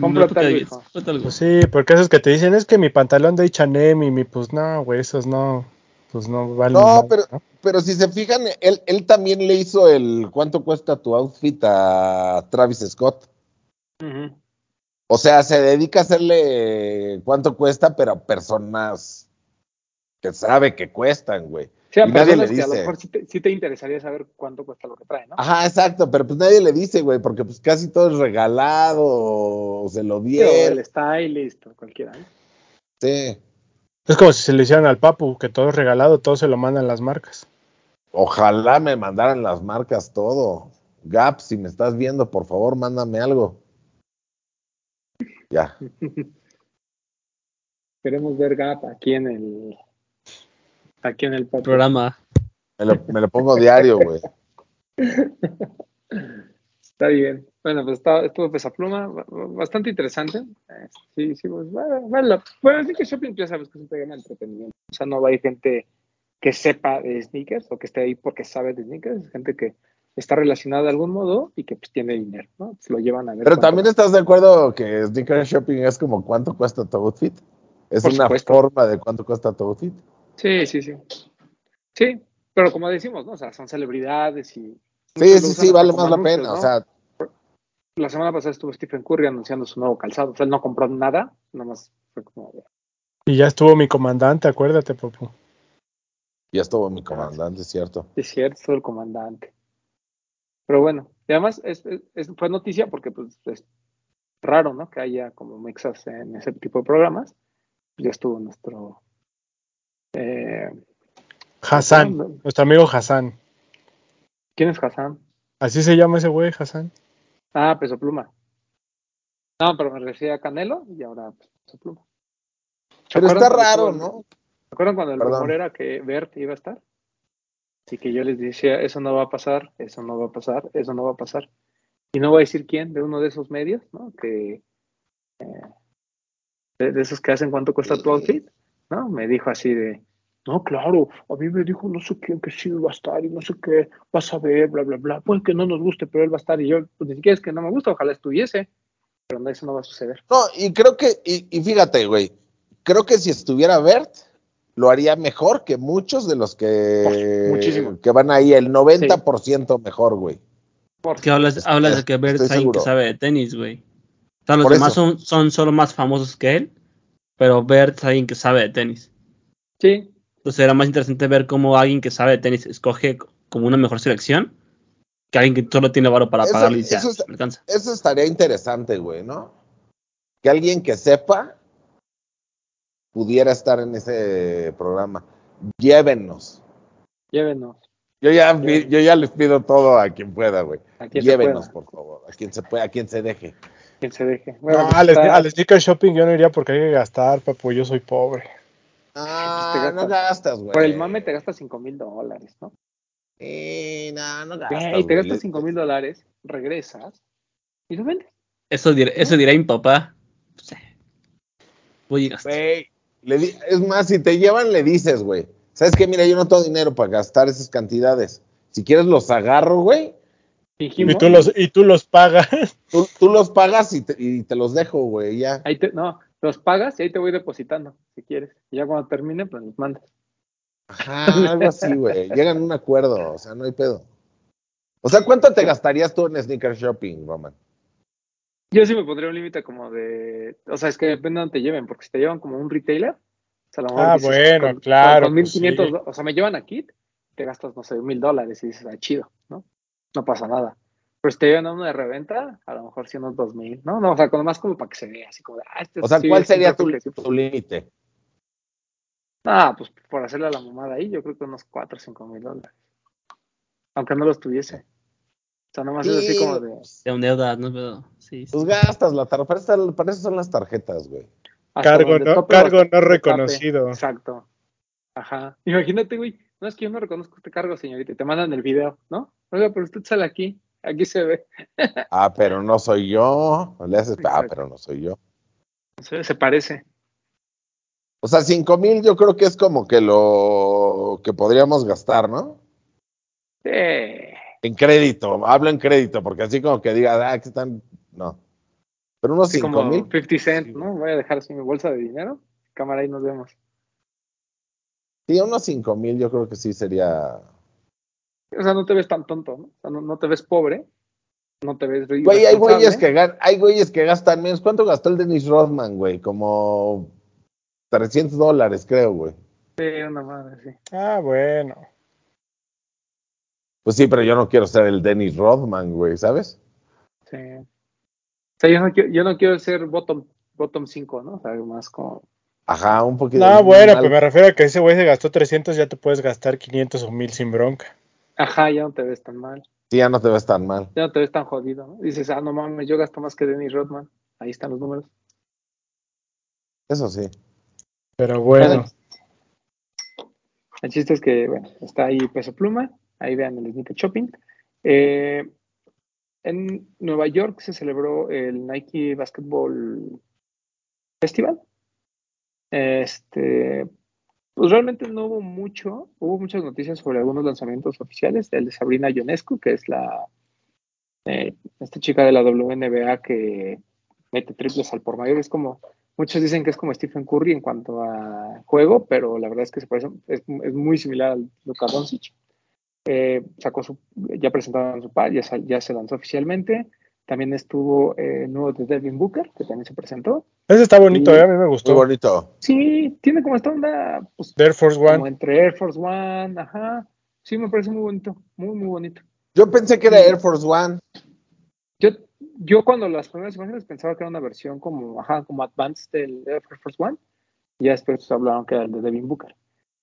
Speaker 2: Cómprate
Speaker 4: te
Speaker 2: algo,
Speaker 4: cagues,
Speaker 2: hijo.
Speaker 4: cómprate algo.
Speaker 5: Pues sí, porque esos que te dicen es que mi pantalón de H&M y mi, pues no, güey, esos no, pues no valen.
Speaker 3: No,
Speaker 5: nada,
Speaker 3: pero,
Speaker 5: ¿no?
Speaker 3: pero si se fijan, él, él también le hizo el cuánto cuesta tu outfit a Travis Scott.
Speaker 2: Ujú.
Speaker 3: O sea, se dedica a hacerle cuánto cuesta, pero a personas que sabe que cuestan, güey.
Speaker 2: Sí, a
Speaker 3: Y nadie le
Speaker 2: personas que a lo
Speaker 3: dice.
Speaker 2: mejor sí te, sí te interesaría saber cuánto cuesta lo que trae, ¿no?
Speaker 3: Ajá, exacto, pero pues nadie le dice, güey, porque pues casi todo es regalado, o se lo
Speaker 2: Sí, o el
Speaker 3: dieron.
Speaker 2: stylist, o cualquiera. ¿eh? ¿no?
Speaker 3: Sí.
Speaker 5: Es como si se le hicieran al papu, que todo es regalado, todo se lo mandan las marcas.
Speaker 3: Ojalá me mandaran las marcas todo. Gap, si me estás viendo, por favor, mándame algo. Ya.
Speaker 2: Queremos ver Gap aquí en el. Aquí en el podcast.
Speaker 4: Programa.
Speaker 3: Me lo, me lo pongo diario, güey.
Speaker 2: Está bien. Bueno, pues está, estuvo Pesapluma, ba- ba- bastante interesante. Eh, sí, sí, pues vale, vale. Bueno, sí que shopping, ya sabes que es un programa de entretenimiento. O sea, no va a ir gente que sepa de sneakers o que esté ahí porque sabe de sneakers, es gente que está relacionada de algún modo y que pues tiene dinero, ¿no? Pues, lo llevan a ver.
Speaker 3: Pero
Speaker 2: cuánto
Speaker 3: también
Speaker 2: gasta.
Speaker 3: estás de acuerdo que sneaker shopping es como cuánto cuesta tu outfit. Es
Speaker 2: Por
Speaker 3: una
Speaker 2: supuesto.
Speaker 3: forma de cuánto cuesta tu outfit.
Speaker 2: Sí, sí, sí. Sí, pero como decimos, ¿no? O sea, son celebridades y...
Speaker 3: Sí,
Speaker 2: muchos lo
Speaker 3: sí,
Speaker 2: usan
Speaker 3: sí,
Speaker 2: hasta
Speaker 3: vale
Speaker 2: como
Speaker 3: más la
Speaker 2: anuncios,
Speaker 3: pena.
Speaker 2: ¿no?
Speaker 3: O sea,
Speaker 2: la semana pasada estuvo Stephen Curry anunciando su nuevo calzado. O sea, él no compró nada, nada más fue como...
Speaker 5: Y ya estuvo mi comandante, acuérdate, papu.
Speaker 3: ya estuvo mi comandante, es cierto.
Speaker 2: Es cierto, el comandante. Pero bueno, y además es, es- es- fue noticia porque pues es raro, ¿no? Que haya como mixas en ese tipo de programas. Ya estuvo nuestro... eh,
Speaker 5: Hassan,
Speaker 2: ¿cómo se llama?
Speaker 5: nuestro amigo Hassan.
Speaker 2: ¿Quién es Hassan?
Speaker 5: Así se llama ese güey, Hassan.
Speaker 2: Ah, Peso Pluma. No, pero me refería a Canelo y ahora pues, Peso Pluma. ¿Se
Speaker 3: Pero
Speaker 2: acuerdan
Speaker 3: está
Speaker 2: cuando
Speaker 3: raro,
Speaker 2: estuvo el-
Speaker 3: ¿no?
Speaker 2: ¿Se acuerdan cuando el
Speaker 3: Perdón.
Speaker 2: rumor era que Bert iba a estar? Así que yo les decía, eso no va a pasar, eso no va a pasar, eso no va a pasar. Y no voy a decir quién, de uno de esos medios, ¿no? Que, eh, de, de esos que hacen cuánto cuesta
Speaker 3: Eh.
Speaker 2: tu outfit, ¿no? Me dijo así de, no, claro, a mí me dijo no sé quién que sí va a estar y no sé qué, vas a ver, bla, bla, bla. Pues que no nos guste, pero él va a estar. Y yo, pues ni siquiera es que no me gusta, ojalá estuviese. Pero no, eso no va a suceder.
Speaker 3: No, y creo que, y, y fíjate, güey, creo que si estuviera Bert, lo haría mejor que muchos de los que,
Speaker 2: Muchísimo.
Speaker 3: que van ahí, el 90% mejor, güey.
Speaker 2: Por-
Speaker 4: Que hablas, hablas de que Bert
Speaker 3: Estoy
Speaker 4: Sainz que
Speaker 3: seguro.
Speaker 4: sabe de tenis, güey. O sea, los
Speaker 3: Por
Speaker 4: demás
Speaker 3: eso.
Speaker 4: son, son solo más famosos que él, pero Bert es alguien que sabe de tenis.
Speaker 2: Sí,
Speaker 4: Entonces era más interesante ver cómo alguien que sabe de tenis escoge como una mejor selección que alguien que solo tiene varo para
Speaker 3: Eso-
Speaker 4: pagar y dice,
Speaker 3: eso
Speaker 4: "Ah,
Speaker 3: es-
Speaker 4: me alcanza.
Speaker 3: Eso estaría interesante, güey, ¿no? Que alguien que sepa pudiera estar en ese programa. Llévenos.
Speaker 2: llévenos.
Speaker 3: Yo ya, vi- yo ya les pido todo a quien pueda, güey.
Speaker 2: A quien se
Speaker 3: Llévenos, Ah,
Speaker 2: pueda,
Speaker 3: por favor. A quien se pueda, a quien se deje.
Speaker 2: quien se deje.
Speaker 5: No,
Speaker 2: Bueno, pues
Speaker 5: al,
Speaker 2: está-
Speaker 5: al sneaker shopping yo no iría porque hay que gastar, papu, yo soy pobre.
Speaker 3: Ah,
Speaker 2: gastas.
Speaker 3: no gastas, güey.
Speaker 2: Por el mame te gastas 5 mil dólares, ¿no?
Speaker 3: Sí, no,
Speaker 5: Ah,
Speaker 3: no gastas.
Speaker 2: Güey, te
Speaker 3: güey.
Speaker 2: gastas 5 mil dólares, regresas y lo vendes.
Speaker 4: Eso, dir- eso dirá mi papá. Pues, eh, Voy y gasto.
Speaker 3: Güey, le di- es más, si te llevan, le dices, güey. ¿Sabes qué? Mira, yo no tengo dinero para gastar esas cantidades. Si quieres, los agarro, güey.
Speaker 5: Y
Speaker 2: Fingimos.
Speaker 5: tú los, y tú los pagas.
Speaker 3: Tú, tú los pagas y te, y te los dejo, güey, ya.
Speaker 2: Ahí te- no, los pagas y ahí te voy depositando, si quieres. Y ya cuando termine, pues los mandas.
Speaker 3: Ajá, algo así, güey. Llegan a un acuerdo, o sea, no hay pedo. O sea, ¿cuánto te gastarías tú en sneaker shopping, Roman?
Speaker 2: Yo sí me pondría un límite como de. O sea, es que depende de dónde te lleven, porque si te llevan como un retailer, o sea, a lo mejor
Speaker 5: Ah,
Speaker 2: dices,
Speaker 5: bueno,
Speaker 2: con- con-
Speaker 5: claro,
Speaker 2: Con,
Speaker 5: pues
Speaker 2: 1500,
Speaker 5: sí.
Speaker 2: do- o sea, me llevan a Kit, te gastas, no sé, mil dólares y dices, ah, chido, ¿no? No pasa nada. Pero si te llevan a uno de reventa, a lo mejor sí unos 2000, ¿no? No, o sea, como más como para que se vea, así como de, ah, este
Speaker 3: O sea,
Speaker 2: sí
Speaker 3: ¿cuál
Speaker 2: es un
Speaker 3: sería tu,
Speaker 2: refugio, sí, pues.
Speaker 3: tu límite?
Speaker 2: Ah, pues por hacerle a la mamada ahí, yo creo que unos 4 o 5 mil dólares. Aunque no los tuviese. O sea, nomás es así
Speaker 3: Sí,
Speaker 2: como de.
Speaker 4: De un deuda, no Pero, sí, sí.
Speaker 3: Pues gastas la tarjeta, para eso- para eso son las tarjetas, güey.
Speaker 2: hasta
Speaker 5: Cargo
Speaker 2: donde
Speaker 5: no-
Speaker 2: tope o
Speaker 5: cargo
Speaker 2: hasta
Speaker 5: no
Speaker 2: donde
Speaker 5: reconocido.
Speaker 2: tape. Exacto. Ajá. Imagínate, güey. No es que yo no reconozco este cargo, señorita. y Te mandan el video, ¿no? Oiga, pero usted sale aquí. Aquí se ve.
Speaker 3: Ah, pero no soy yo. O le haces, ah,
Speaker 2: Exacto.
Speaker 3: pero no soy yo.
Speaker 2: Se, se parece.
Speaker 3: O sea, cinco mil yo creo que es como que lo que podríamos gastar, ¿no?
Speaker 2: Sí.
Speaker 3: En crédito, hablo en crédito, porque así como que digas, ah, que están, no. Pero unos
Speaker 2: Así
Speaker 3: cinco
Speaker 2: como
Speaker 3: mil,
Speaker 2: 50 Cent, ¿no? Voy a dejar así mi bolsa de dinero. Cámara, ahí nos vemos.
Speaker 3: sí, unos cinco mil yo creo que sí sería.
Speaker 2: O sea, no te ves tan tonto, ¿no? O sea, no, no te ves pobre. No te ves.
Speaker 3: Güey, hay
Speaker 2: irresponsable.
Speaker 3: güeyes que gan- hay güeyes que gastan menos. ¿Cuánto gastó el Dennis Rodman, güey? Como 300 dólares, creo, güey.
Speaker 2: Sí, una madre, sí.
Speaker 5: Ah, bueno.
Speaker 3: Pues sí, pero yo no quiero ser el Dennis Rodman, güey, ¿sabes?
Speaker 2: Sí. O sea, yo no quiero, yo no quiero ser bottom, bottom 5, ¿no? O sea, más como.
Speaker 3: Ajá, un poquito.
Speaker 5: No, bueno,
Speaker 3: mal-
Speaker 5: pues me refiero a que ese güey se gastó 300, ya te puedes gastar 500 o 1000 sin bronca.
Speaker 2: Ajá, ya no te ves tan mal.
Speaker 3: Sí, ya no te ves tan mal.
Speaker 2: ya no te ves tan jodido, ¿no? Dices, ah, no mames, yo gasto más que Dennis Rodman. Ahí están los números.
Speaker 3: Eso sí.
Speaker 5: Pero bueno,
Speaker 2: Bueno. El chiste es que, bueno, está ahí Peso Pluma, ahí vean el Sneaker Shopping. Eh, en Nueva York se celebró el Nike Basketball Festival. Este, pues realmente no hubo mucho, hubo muchas noticias sobre algunos lanzamientos oficiales, el de Sabrina Ionescu, que es la eh, esta chica de la WNBA que mete triples al por mayor, es como Muchos dicen que es como Stephen Curry en cuanto a juego, pero la verdad es que se parece, es, es muy similar al Luka Doncic. Eh, sacó su, ya presentaron su par, ya, sal- ya se lanzó oficialmente. También estuvo eh, el nuevo de Devin Booker, que también se presentó.
Speaker 5: ese está bonito,
Speaker 2: Sí.
Speaker 5: eh, a mí me
Speaker 3: Muy
Speaker 5: gustó.
Speaker 3: bonito.
Speaker 2: Sí, tiene como esta onda, pues,
Speaker 5: The Air Force
Speaker 2: como
Speaker 5: One.
Speaker 2: entre Air Force One, ajá. Sí, me parece muy bonito, muy, muy bonito.
Speaker 3: Yo pensé que era Air Force One.
Speaker 2: Yo, yo cuando las primeras imágenes pensaba que era una versión como, ajá, como Advanced del Air Force One, y ya después pues, hablaron que era el de Devin Booker.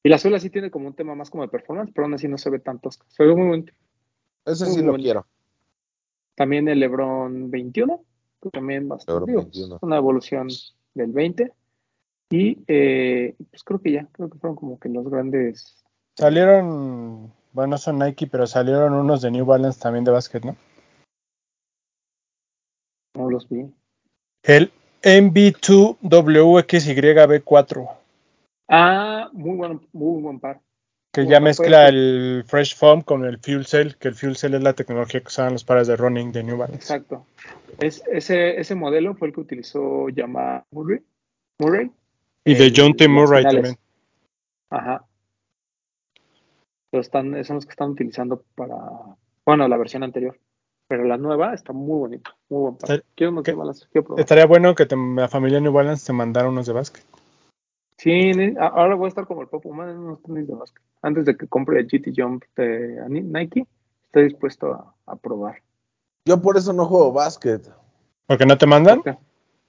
Speaker 2: Y la suela sí tiene como un tema más como de performance, pero aún así no se ve tan tosca. Se ve muy bonito.
Speaker 3: Eso
Speaker 2: Muy
Speaker 3: sí lo
Speaker 2: bonito.
Speaker 3: quiero.
Speaker 2: También el LeBron 21, que también bastante,
Speaker 3: LeBron
Speaker 2: digo,
Speaker 3: 21.
Speaker 2: una evolución del 20. Y eh, pues creo que ya, creo que fueron como que los grandes.
Speaker 5: Salieron, bueno, son Nike, pero salieron unos de New Balance también de básquet, ¿no?
Speaker 2: No los vi.
Speaker 5: El MB2WXYB4,
Speaker 2: Ah, muy bueno, muy buen par.
Speaker 5: que
Speaker 2: Bueno,
Speaker 5: ya
Speaker 2: no
Speaker 5: mezcla
Speaker 2: puede ser.
Speaker 5: el Fresh Foam con el Fuel Cell, que el Fuel Cell es la tecnología que usaban los pares de running de New Balance.
Speaker 2: Exacto. Es, ese, ese modelo fue el que utilizó Yama Murray. Murray
Speaker 5: Y de
Speaker 2: el-
Speaker 5: John T.
Speaker 2: las
Speaker 5: Murray
Speaker 2: finales.
Speaker 5: también.
Speaker 2: Ajá. Los están, son los que están utilizando para, bueno, la versión anterior. Pero la nueva está muy bonita, muy buen par.
Speaker 5: Está-
Speaker 2: Quiero unos
Speaker 5: ¿qué?
Speaker 2: de balas, quiero probar.
Speaker 5: Estaría bueno que te- la familia New Balance te mandara unos de básquet.
Speaker 2: Sí, ne- a- ahora voy a estar como el Papu Man en unos tenis de básquet. Antes de que compre el GT Jump de Ani- Nike, estoy dispuesto a, a probar.
Speaker 3: Yo por eso no juego básquet.
Speaker 5: ¿Porque no te mandan?
Speaker 2: Ok.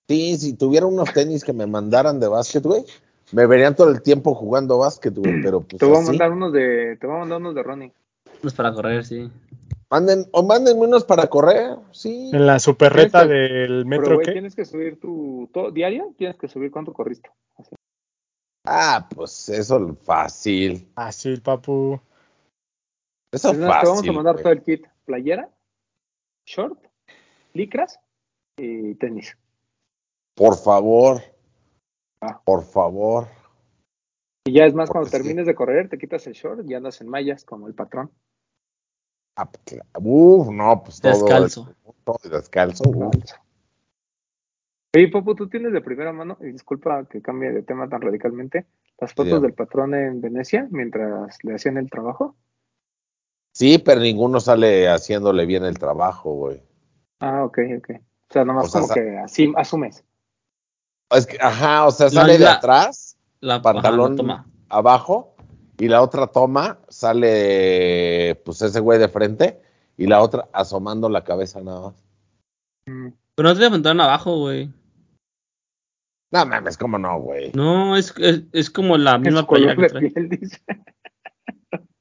Speaker 3: Sí, si tuviera unos tenis que me mandaran de básquet, güey, me verían todo el tiempo jugando básquet, güey, pero pues
Speaker 2: te voy a
Speaker 3: así.
Speaker 2: mandar unos de, te voy a mandar unos de Ronnie.
Speaker 4: Pues para correr, sí.
Speaker 3: Manden, o mándenme unos para correr, sí.
Speaker 5: En la superreta
Speaker 2: Tienes
Speaker 5: del
Speaker 2: Pero
Speaker 5: metro
Speaker 2: güey,
Speaker 5: que
Speaker 2: tienes que subir tu todo, diario, tienes que subir cuánto corriste. Así.
Speaker 3: Ah, pues eso fácil.
Speaker 5: Así, el Ah, papu.
Speaker 3: Eso
Speaker 2: Es
Speaker 3: fácil.
Speaker 2: más, te vamos a mandar
Speaker 3: güey.
Speaker 2: todo el kit, playera, short, licras y tenis.
Speaker 3: Por favor.
Speaker 2: Ah.
Speaker 3: Por favor.
Speaker 2: Y ya es más, cuando
Speaker 3: Porque Pues sí.
Speaker 2: termines de correr, te quitas el short y andas en mallas como el patrón.
Speaker 3: Ah, cla- Uf, no, pues todo.
Speaker 4: Descalzo.
Speaker 3: Todo descalzo. uf.
Speaker 2: Oye, Papu, tú tienes de primera mano, y disculpa que cambie de tema tan radicalmente, las fotos
Speaker 3: Ya.
Speaker 2: del patrón en Venecia mientras le hacían el trabajo.
Speaker 3: Sí, pero ninguno sale haciéndole bien el trabajo, güey.
Speaker 2: Ah, ok, ok. O sea, nomás
Speaker 3: O sea,
Speaker 2: como
Speaker 3: sa-
Speaker 2: que así asumes.
Speaker 3: Es que, ajá, o sea, sale de
Speaker 4: la-
Speaker 3: atrás,
Speaker 4: La
Speaker 3: pantalón
Speaker 4: ajá, la toma.
Speaker 3: abajo, y la otra toma sale, pues ese güey de frente, y la otra asomando la cabeza nada más.
Speaker 2: Mm.
Speaker 4: Pero no te levantaron abajo, güey.
Speaker 3: No mames, cómo no, güey.
Speaker 4: No, es, es, es como la
Speaker 2: Es
Speaker 4: misma playera
Speaker 2: color
Speaker 4: que
Speaker 2: de
Speaker 4: trae.
Speaker 2: piel, dice.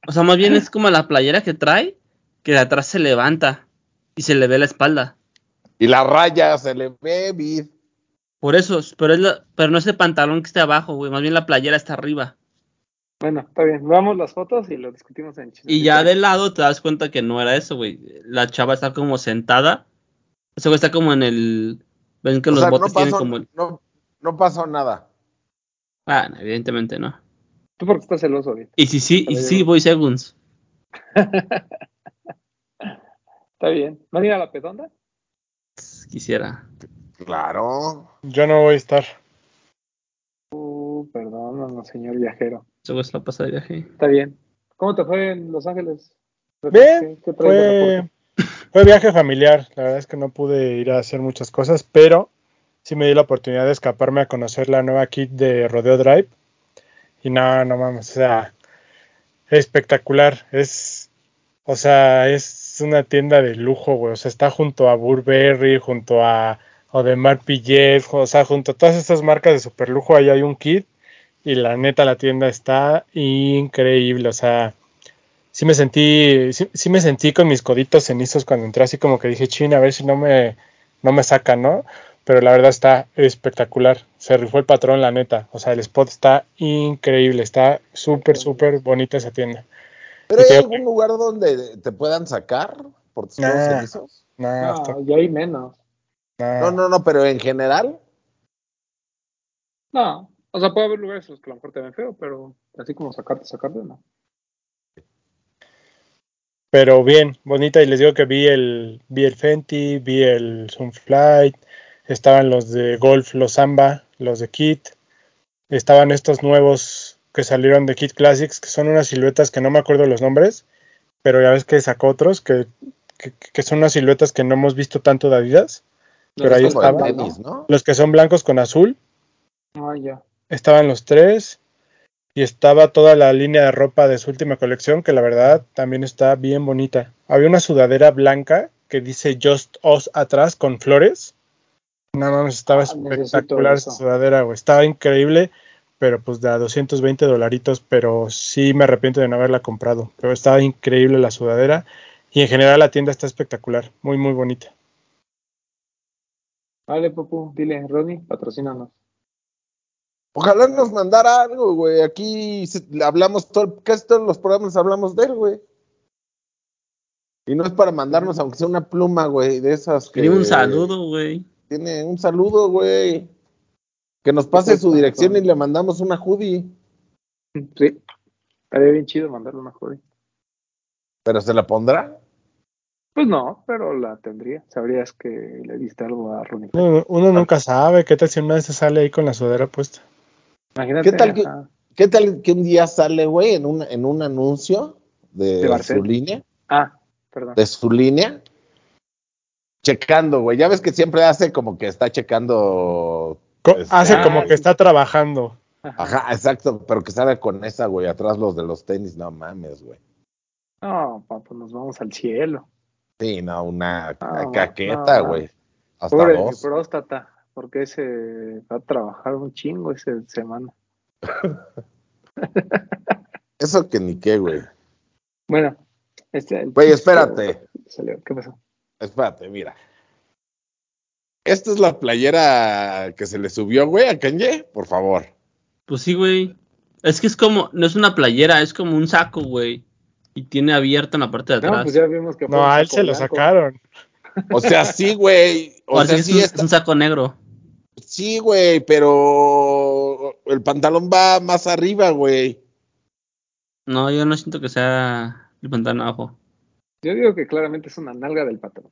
Speaker 4: O sea, más bien es como la playera que trae, que de atrás se levanta y se le ve la espalda.
Speaker 3: Y la raya se le ve, vid.
Speaker 4: Por eso, pero, es la- pero no es el pantalón que está abajo, güey. Más bien la playera está arriba.
Speaker 2: Bueno, está bien. Veamos las fotos y lo discutimos en chisme.
Speaker 4: Y ya de lado te das cuenta que no era eso, güey. La chava está como sentada. O sea, güey, está como en el. Ven que
Speaker 3: O
Speaker 4: los
Speaker 3: sea, no
Speaker 4: botes tienen
Speaker 3: pasó-
Speaker 4: como. el-
Speaker 3: no- no pasó nada.
Speaker 4: Ah, no, evidentemente no.
Speaker 2: Tú porque estás celoso ahorita.
Speaker 4: Y si sí, y si sí, voy segunds.
Speaker 2: Está bien. ¿Van a ir a la pedonda?
Speaker 4: Quisiera.
Speaker 3: Claro.
Speaker 5: Yo no voy a estar.
Speaker 2: Uh, perdón, señor viajero.
Speaker 4: Eso es la pasada de viaje.
Speaker 2: Está bien. ¿Cómo te fue en Los Ángeles?
Speaker 5: Bien,
Speaker 2: ¿Qué- qué traes de
Speaker 5: Fue,
Speaker 2: reporte?
Speaker 5: fue viaje familiar. La verdad es que no pude ir a hacer muchas cosas, pero sí me di la oportunidad de escaparme a conocer la nueva kit de Rodeo Drive. Y no, no mames, o sea, espectacular. Es, o sea, es una tienda de lujo, güey. O sea, está junto a Burberry, junto a Odemar Pillet, o sea, junto a todas estas marcas de super lujo. Ahí hay un kit. Y la neta, la tienda está increíble. O sea, sí me sentí, sí, sí me sentí con mis coditos cenizos cuando entré, así como que dije, chin, a ver si no me, no me sacan, ¿no? Pero la verdad está espectacular. Se rifó el patrón, la neta. O sea, el spot está increíble. Está súper, súper bonita esa tienda.
Speaker 3: ¿Pero
Speaker 5: Y
Speaker 3: hay
Speaker 5: creo
Speaker 3: algún lugar donde te puedan sacar por tus
Speaker 5: Nah.
Speaker 3: codos cenizos?
Speaker 5: No, está-
Speaker 2: No, Ah, y ahí menos.
Speaker 3: No, no, no, pero en general.
Speaker 2: No. O sea, puede haber lugares en los que a lo mejor te ven feo, pero así como sacarte, sacarte, no.
Speaker 5: Pero bien, bonita. Y les digo que vi el, vi el Fenty, vi el Sunflight, estaban los de Golf, los Samba, los de Kit, estaban estos nuevos que salieron de Kit Classics, que son unas siluetas que no me acuerdo los nombres, pero ya ves que sacó otros, que, que, que son unas siluetas que no hemos visto tanto de Adidas. Pero ahí
Speaker 3: es como de
Speaker 5: estaba,
Speaker 3: tenis, ¿no?
Speaker 5: Los que son blancos con azul,
Speaker 2: Ah, ya.
Speaker 5: estaban los tres y estaba toda la línea de ropa de su última colección que la verdad también está bien bonita. Había una sudadera blanca que dice Just Us atrás con flores. No mames, estaba
Speaker 2: Ah, necesito
Speaker 5: espectacular
Speaker 2: eso.
Speaker 5: esa sudadera, güey. Estaba increíble, pero pues de a 220 dolaritos, pero sí me arrepiento de no haberla comprado. Pero estaba increíble la sudadera y en general la tienda está espectacular, muy muy bonita.
Speaker 2: Vale, Papu, dile, Ronnie, patrocínanos.
Speaker 3: Ojalá nos mandara algo, güey. Aquí se- le hablamos todo, casi todos los programas hablamos de él, güey. Y no es para mandarnos, aunque sea una pluma, güey, de esas que.
Speaker 4: Quería un saludo, güey.
Speaker 3: Tiene un saludo, güey. Que nos pase
Speaker 4: Pues,
Speaker 3: su dirección y le mandamos una hoodie.
Speaker 2: Sí. Estaría bien chido mandarle una joven.
Speaker 3: ¿Pero se la pondrá?
Speaker 2: Pues no, pero la tendría. Sabrías que le diste algo a Ronnie.
Speaker 5: Mm. Uno, uno nunca sabe qué tal si una vez se sale ahí con la sudadera puesta.
Speaker 2: Imagínate.
Speaker 3: ¿Qué tal que-
Speaker 2: ajá.
Speaker 3: ¿Qué tal que un día sale, güey, en un, en un anuncio de,
Speaker 2: ¿De Barcel?
Speaker 3: su línea?
Speaker 2: Ah, perdón.
Speaker 3: De su línea. Checando, güey. Ya ves que siempre hace como que está checando.
Speaker 5: Co-
Speaker 3: este,
Speaker 5: hace
Speaker 2: ah,
Speaker 5: como que está trabajando.
Speaker 3: Ajá, exacto, pero que salga con esa, güey, atrás los de los tenis, no mames, güey.
Speaker 2: No, papá, nos vamos al cielo.
Speaker 3: Sí, no, una
Speaker 2: Ah,
Speaker 3: ca- caqueta,
Speaker 2: no,
Speaker 3: güey. Hasta
Speaker 2: Pobre de mi
Speaker 3: dos.
Speaker 2: próstata, porque ese va a trabajar un chingo esa semana.
Speaker 3: Eso que ni qué, güey.
Speaker 2: Bueno, este. el
Speaker 3: Güey,
Speaker 2: chiste
Speaker 3: espérate.
Speaker 2: salió. ¿Qué pasó?
Speaker 3: Espérate, mira. Esta es la playera que se le subió, güey, a Kanye, por favor.
Speaker 4: Pues sí, güey. Es que es como, no es una playera, es como un saco, güey. Y tiene abierta en la parte de
Speaker 2: No,
Speaker 4: atrás.
Speaker 2: pues ya vimos que fue
Speaker 5: No,
Speaker 2: un
Speaker 5: a él
Speaker 2: saco
Speaker 5: se lo
Speaker 2: blanco.
Speaker 5: sacaron.
Speaker 3: O sea, sí, güey. O
Speaker 4: Ahora sí
Speaker 3: sea,
Speaker 4: que
Speaker 3: sí,
Speaker 4: es, un, es
Speaker 3: está,
Speaker 4: un saco negro.
Speaker 3: sí, güey, pero el pantalón va más arriba, güey.
Speaker 4: No, yo no siento que sea el pantalón abajo.
Speaker 2: Yo digo que claramente es una nalga del patrón.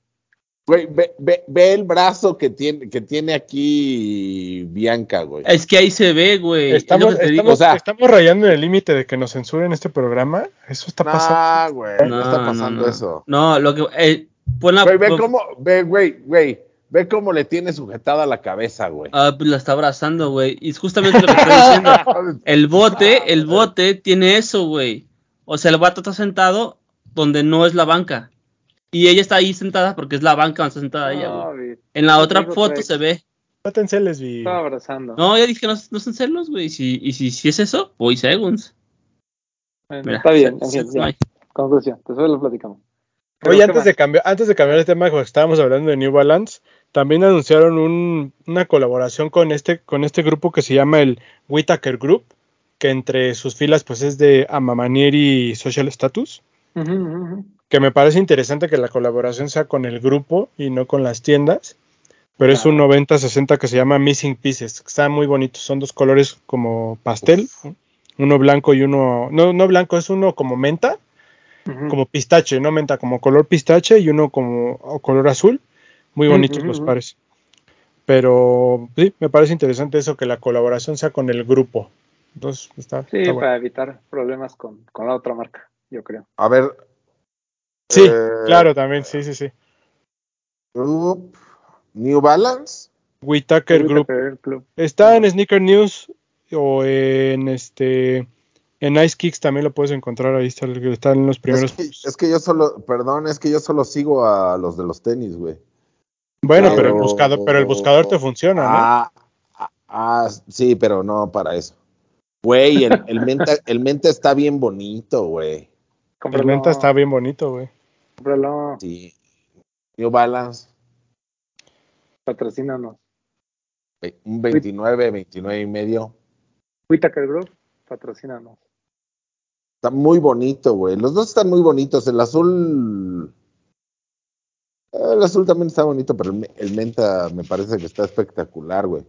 Speaker 3: Güey, ve, ve, ve el brazo que tiene, que tiene aquí Bianca, güey.
Speaker 4: Es que ahí se ve, güey. Es lo
Speaker 5: Estamos,
Speaker 4: que te digo.
Speaker 5: estamos,
Speaker 3: o sea-
Speaker 5: estamos rayando en el límite de que nos censuren este programa. Eso está pasando.
Speaker 3: No, Ah, güey, no, está pasando
Speaker 4: no.
Speaker 3: eso.
Speaker 4: No, lo que. eh, pon la-
Speaker 3: Güey, ve
Speaker 4: pon-
Speaker 3: cómo, ve, güey, güey, ve cómo le tiene sujetada la cabeza, güey.
Speaker 4: Ah, pues la está abrazando, güey. Y es justamente lo que estoy diciendo. El bote, el bote tiene eso, güey. O sea, el vato está sentado donde no es la banca. Y ella está ahí sentada porque es la banca donde está sentada ella, güey.
Speaker 2: No, vi,
Speaker 4: En la otra
Speaker 2: digo,
Speaker 4: foto
Speaker 2: güey.
Speaker 4: se ve.
Speaker 5: Pátense, lesbi.
Speaker 2: estaba abrazando.
Speaker 4: No, ya dije que no, no son celos, güey. Y si, y si, si es eso, voy segunds.
Speaker 2: Bueno,
Speaker 4: Mira,
Speaker 2: está bien,
Speaker 4: se-
Speaker 2: en fin,
Speaker 4: se-
Speaker 2: ya.
Speaker 4: Mike.
Speaker 2: Conclusión, después lo platicamos. Pero,
Speaker 5: Oye,
Speaker 2: ¿qué
Speaker 5: antes
Speaker 2: más?
Speaker 5: de, cambiar, antes de cambiar el tema, cuando estábamos hablando de New Balance, también anunciaron un- una colaboración con este, con este grupo que se llama el Whitaker Group, que entre sus filas pues es de Amamanier y Social Status,
Speaker 2: Ujú, ujú, ujú.
Speaker 5: que me parece interesante que la colaboración sea con el grupo y no con las tiendas, pero es un 90-60 que se llama Missing Pieces, que está muy bonito, son dos colores como pastel, uno blanco y uno, no, no blanco, es uno como menta,
Speaker 2: Ujú.
Speaker 5: como pistache, no menta, como color pistache y uno como o color azul. Muy bonitos
Speaker 2: Ujú,
Speaker 5: los
Speaker 2: ujú.
Speaker 5: pares. Pero sí, me parece interesante eso, que la colaboración sea con el grupo. Entonces, está,
Speaker 2: Sí,
Speaker 5: está bueno.
Speaker 2: para evitar problemas con, con la otra marca, yo creo.
Speaker 3: A ver.
Speaker 5: Sí,
Speaker 3: eh,
Speaker 5: claro, también, sí, sí, sí.
Speaker 3: Group, New Balance.
Speaker 5: Whitaker
Speaker 2: Ahorita
Speaker 5: Group.
Speaker 2: perder el club.
Speaker 5: Está en Sneaker News o en este en Ice Kicks también lo puedes encontrar, ahí está, el- están los
Speaker 3: Es
Speaker 5: primeros.
Speaker 3: que, es que yo solo, perdón, es que yo solo sigo a los de los tenis, güey.
Speaker 5: bueno,
Speaker 3: claro.
Speaker 5: pero el buscador, pero el buscador te funciona, ¿no?
Speaker 3: Ah, ah, ah, sí, pero no para eso. Güey, el, el, menta, el menta está bien bonito, güey.
Speaker 5: el
Speaker 2: Cómpralo,
Speaker 5: menta está bien bonito, güey.
Speaker 2: cómpralo,
Speaker 3: Sí. New Balance,
Speaker 2: patrocínanos.
Speaker 3: ve- un 29, 29 y medio.
Speaker 2: Whitaker Group, patrocínanos.
Speaker 3: Está muy bonito, güey. Los dos están muy bonitos. El azul. El azul también está bonito, pero el, me- el menta me parece que está espectacular, güey.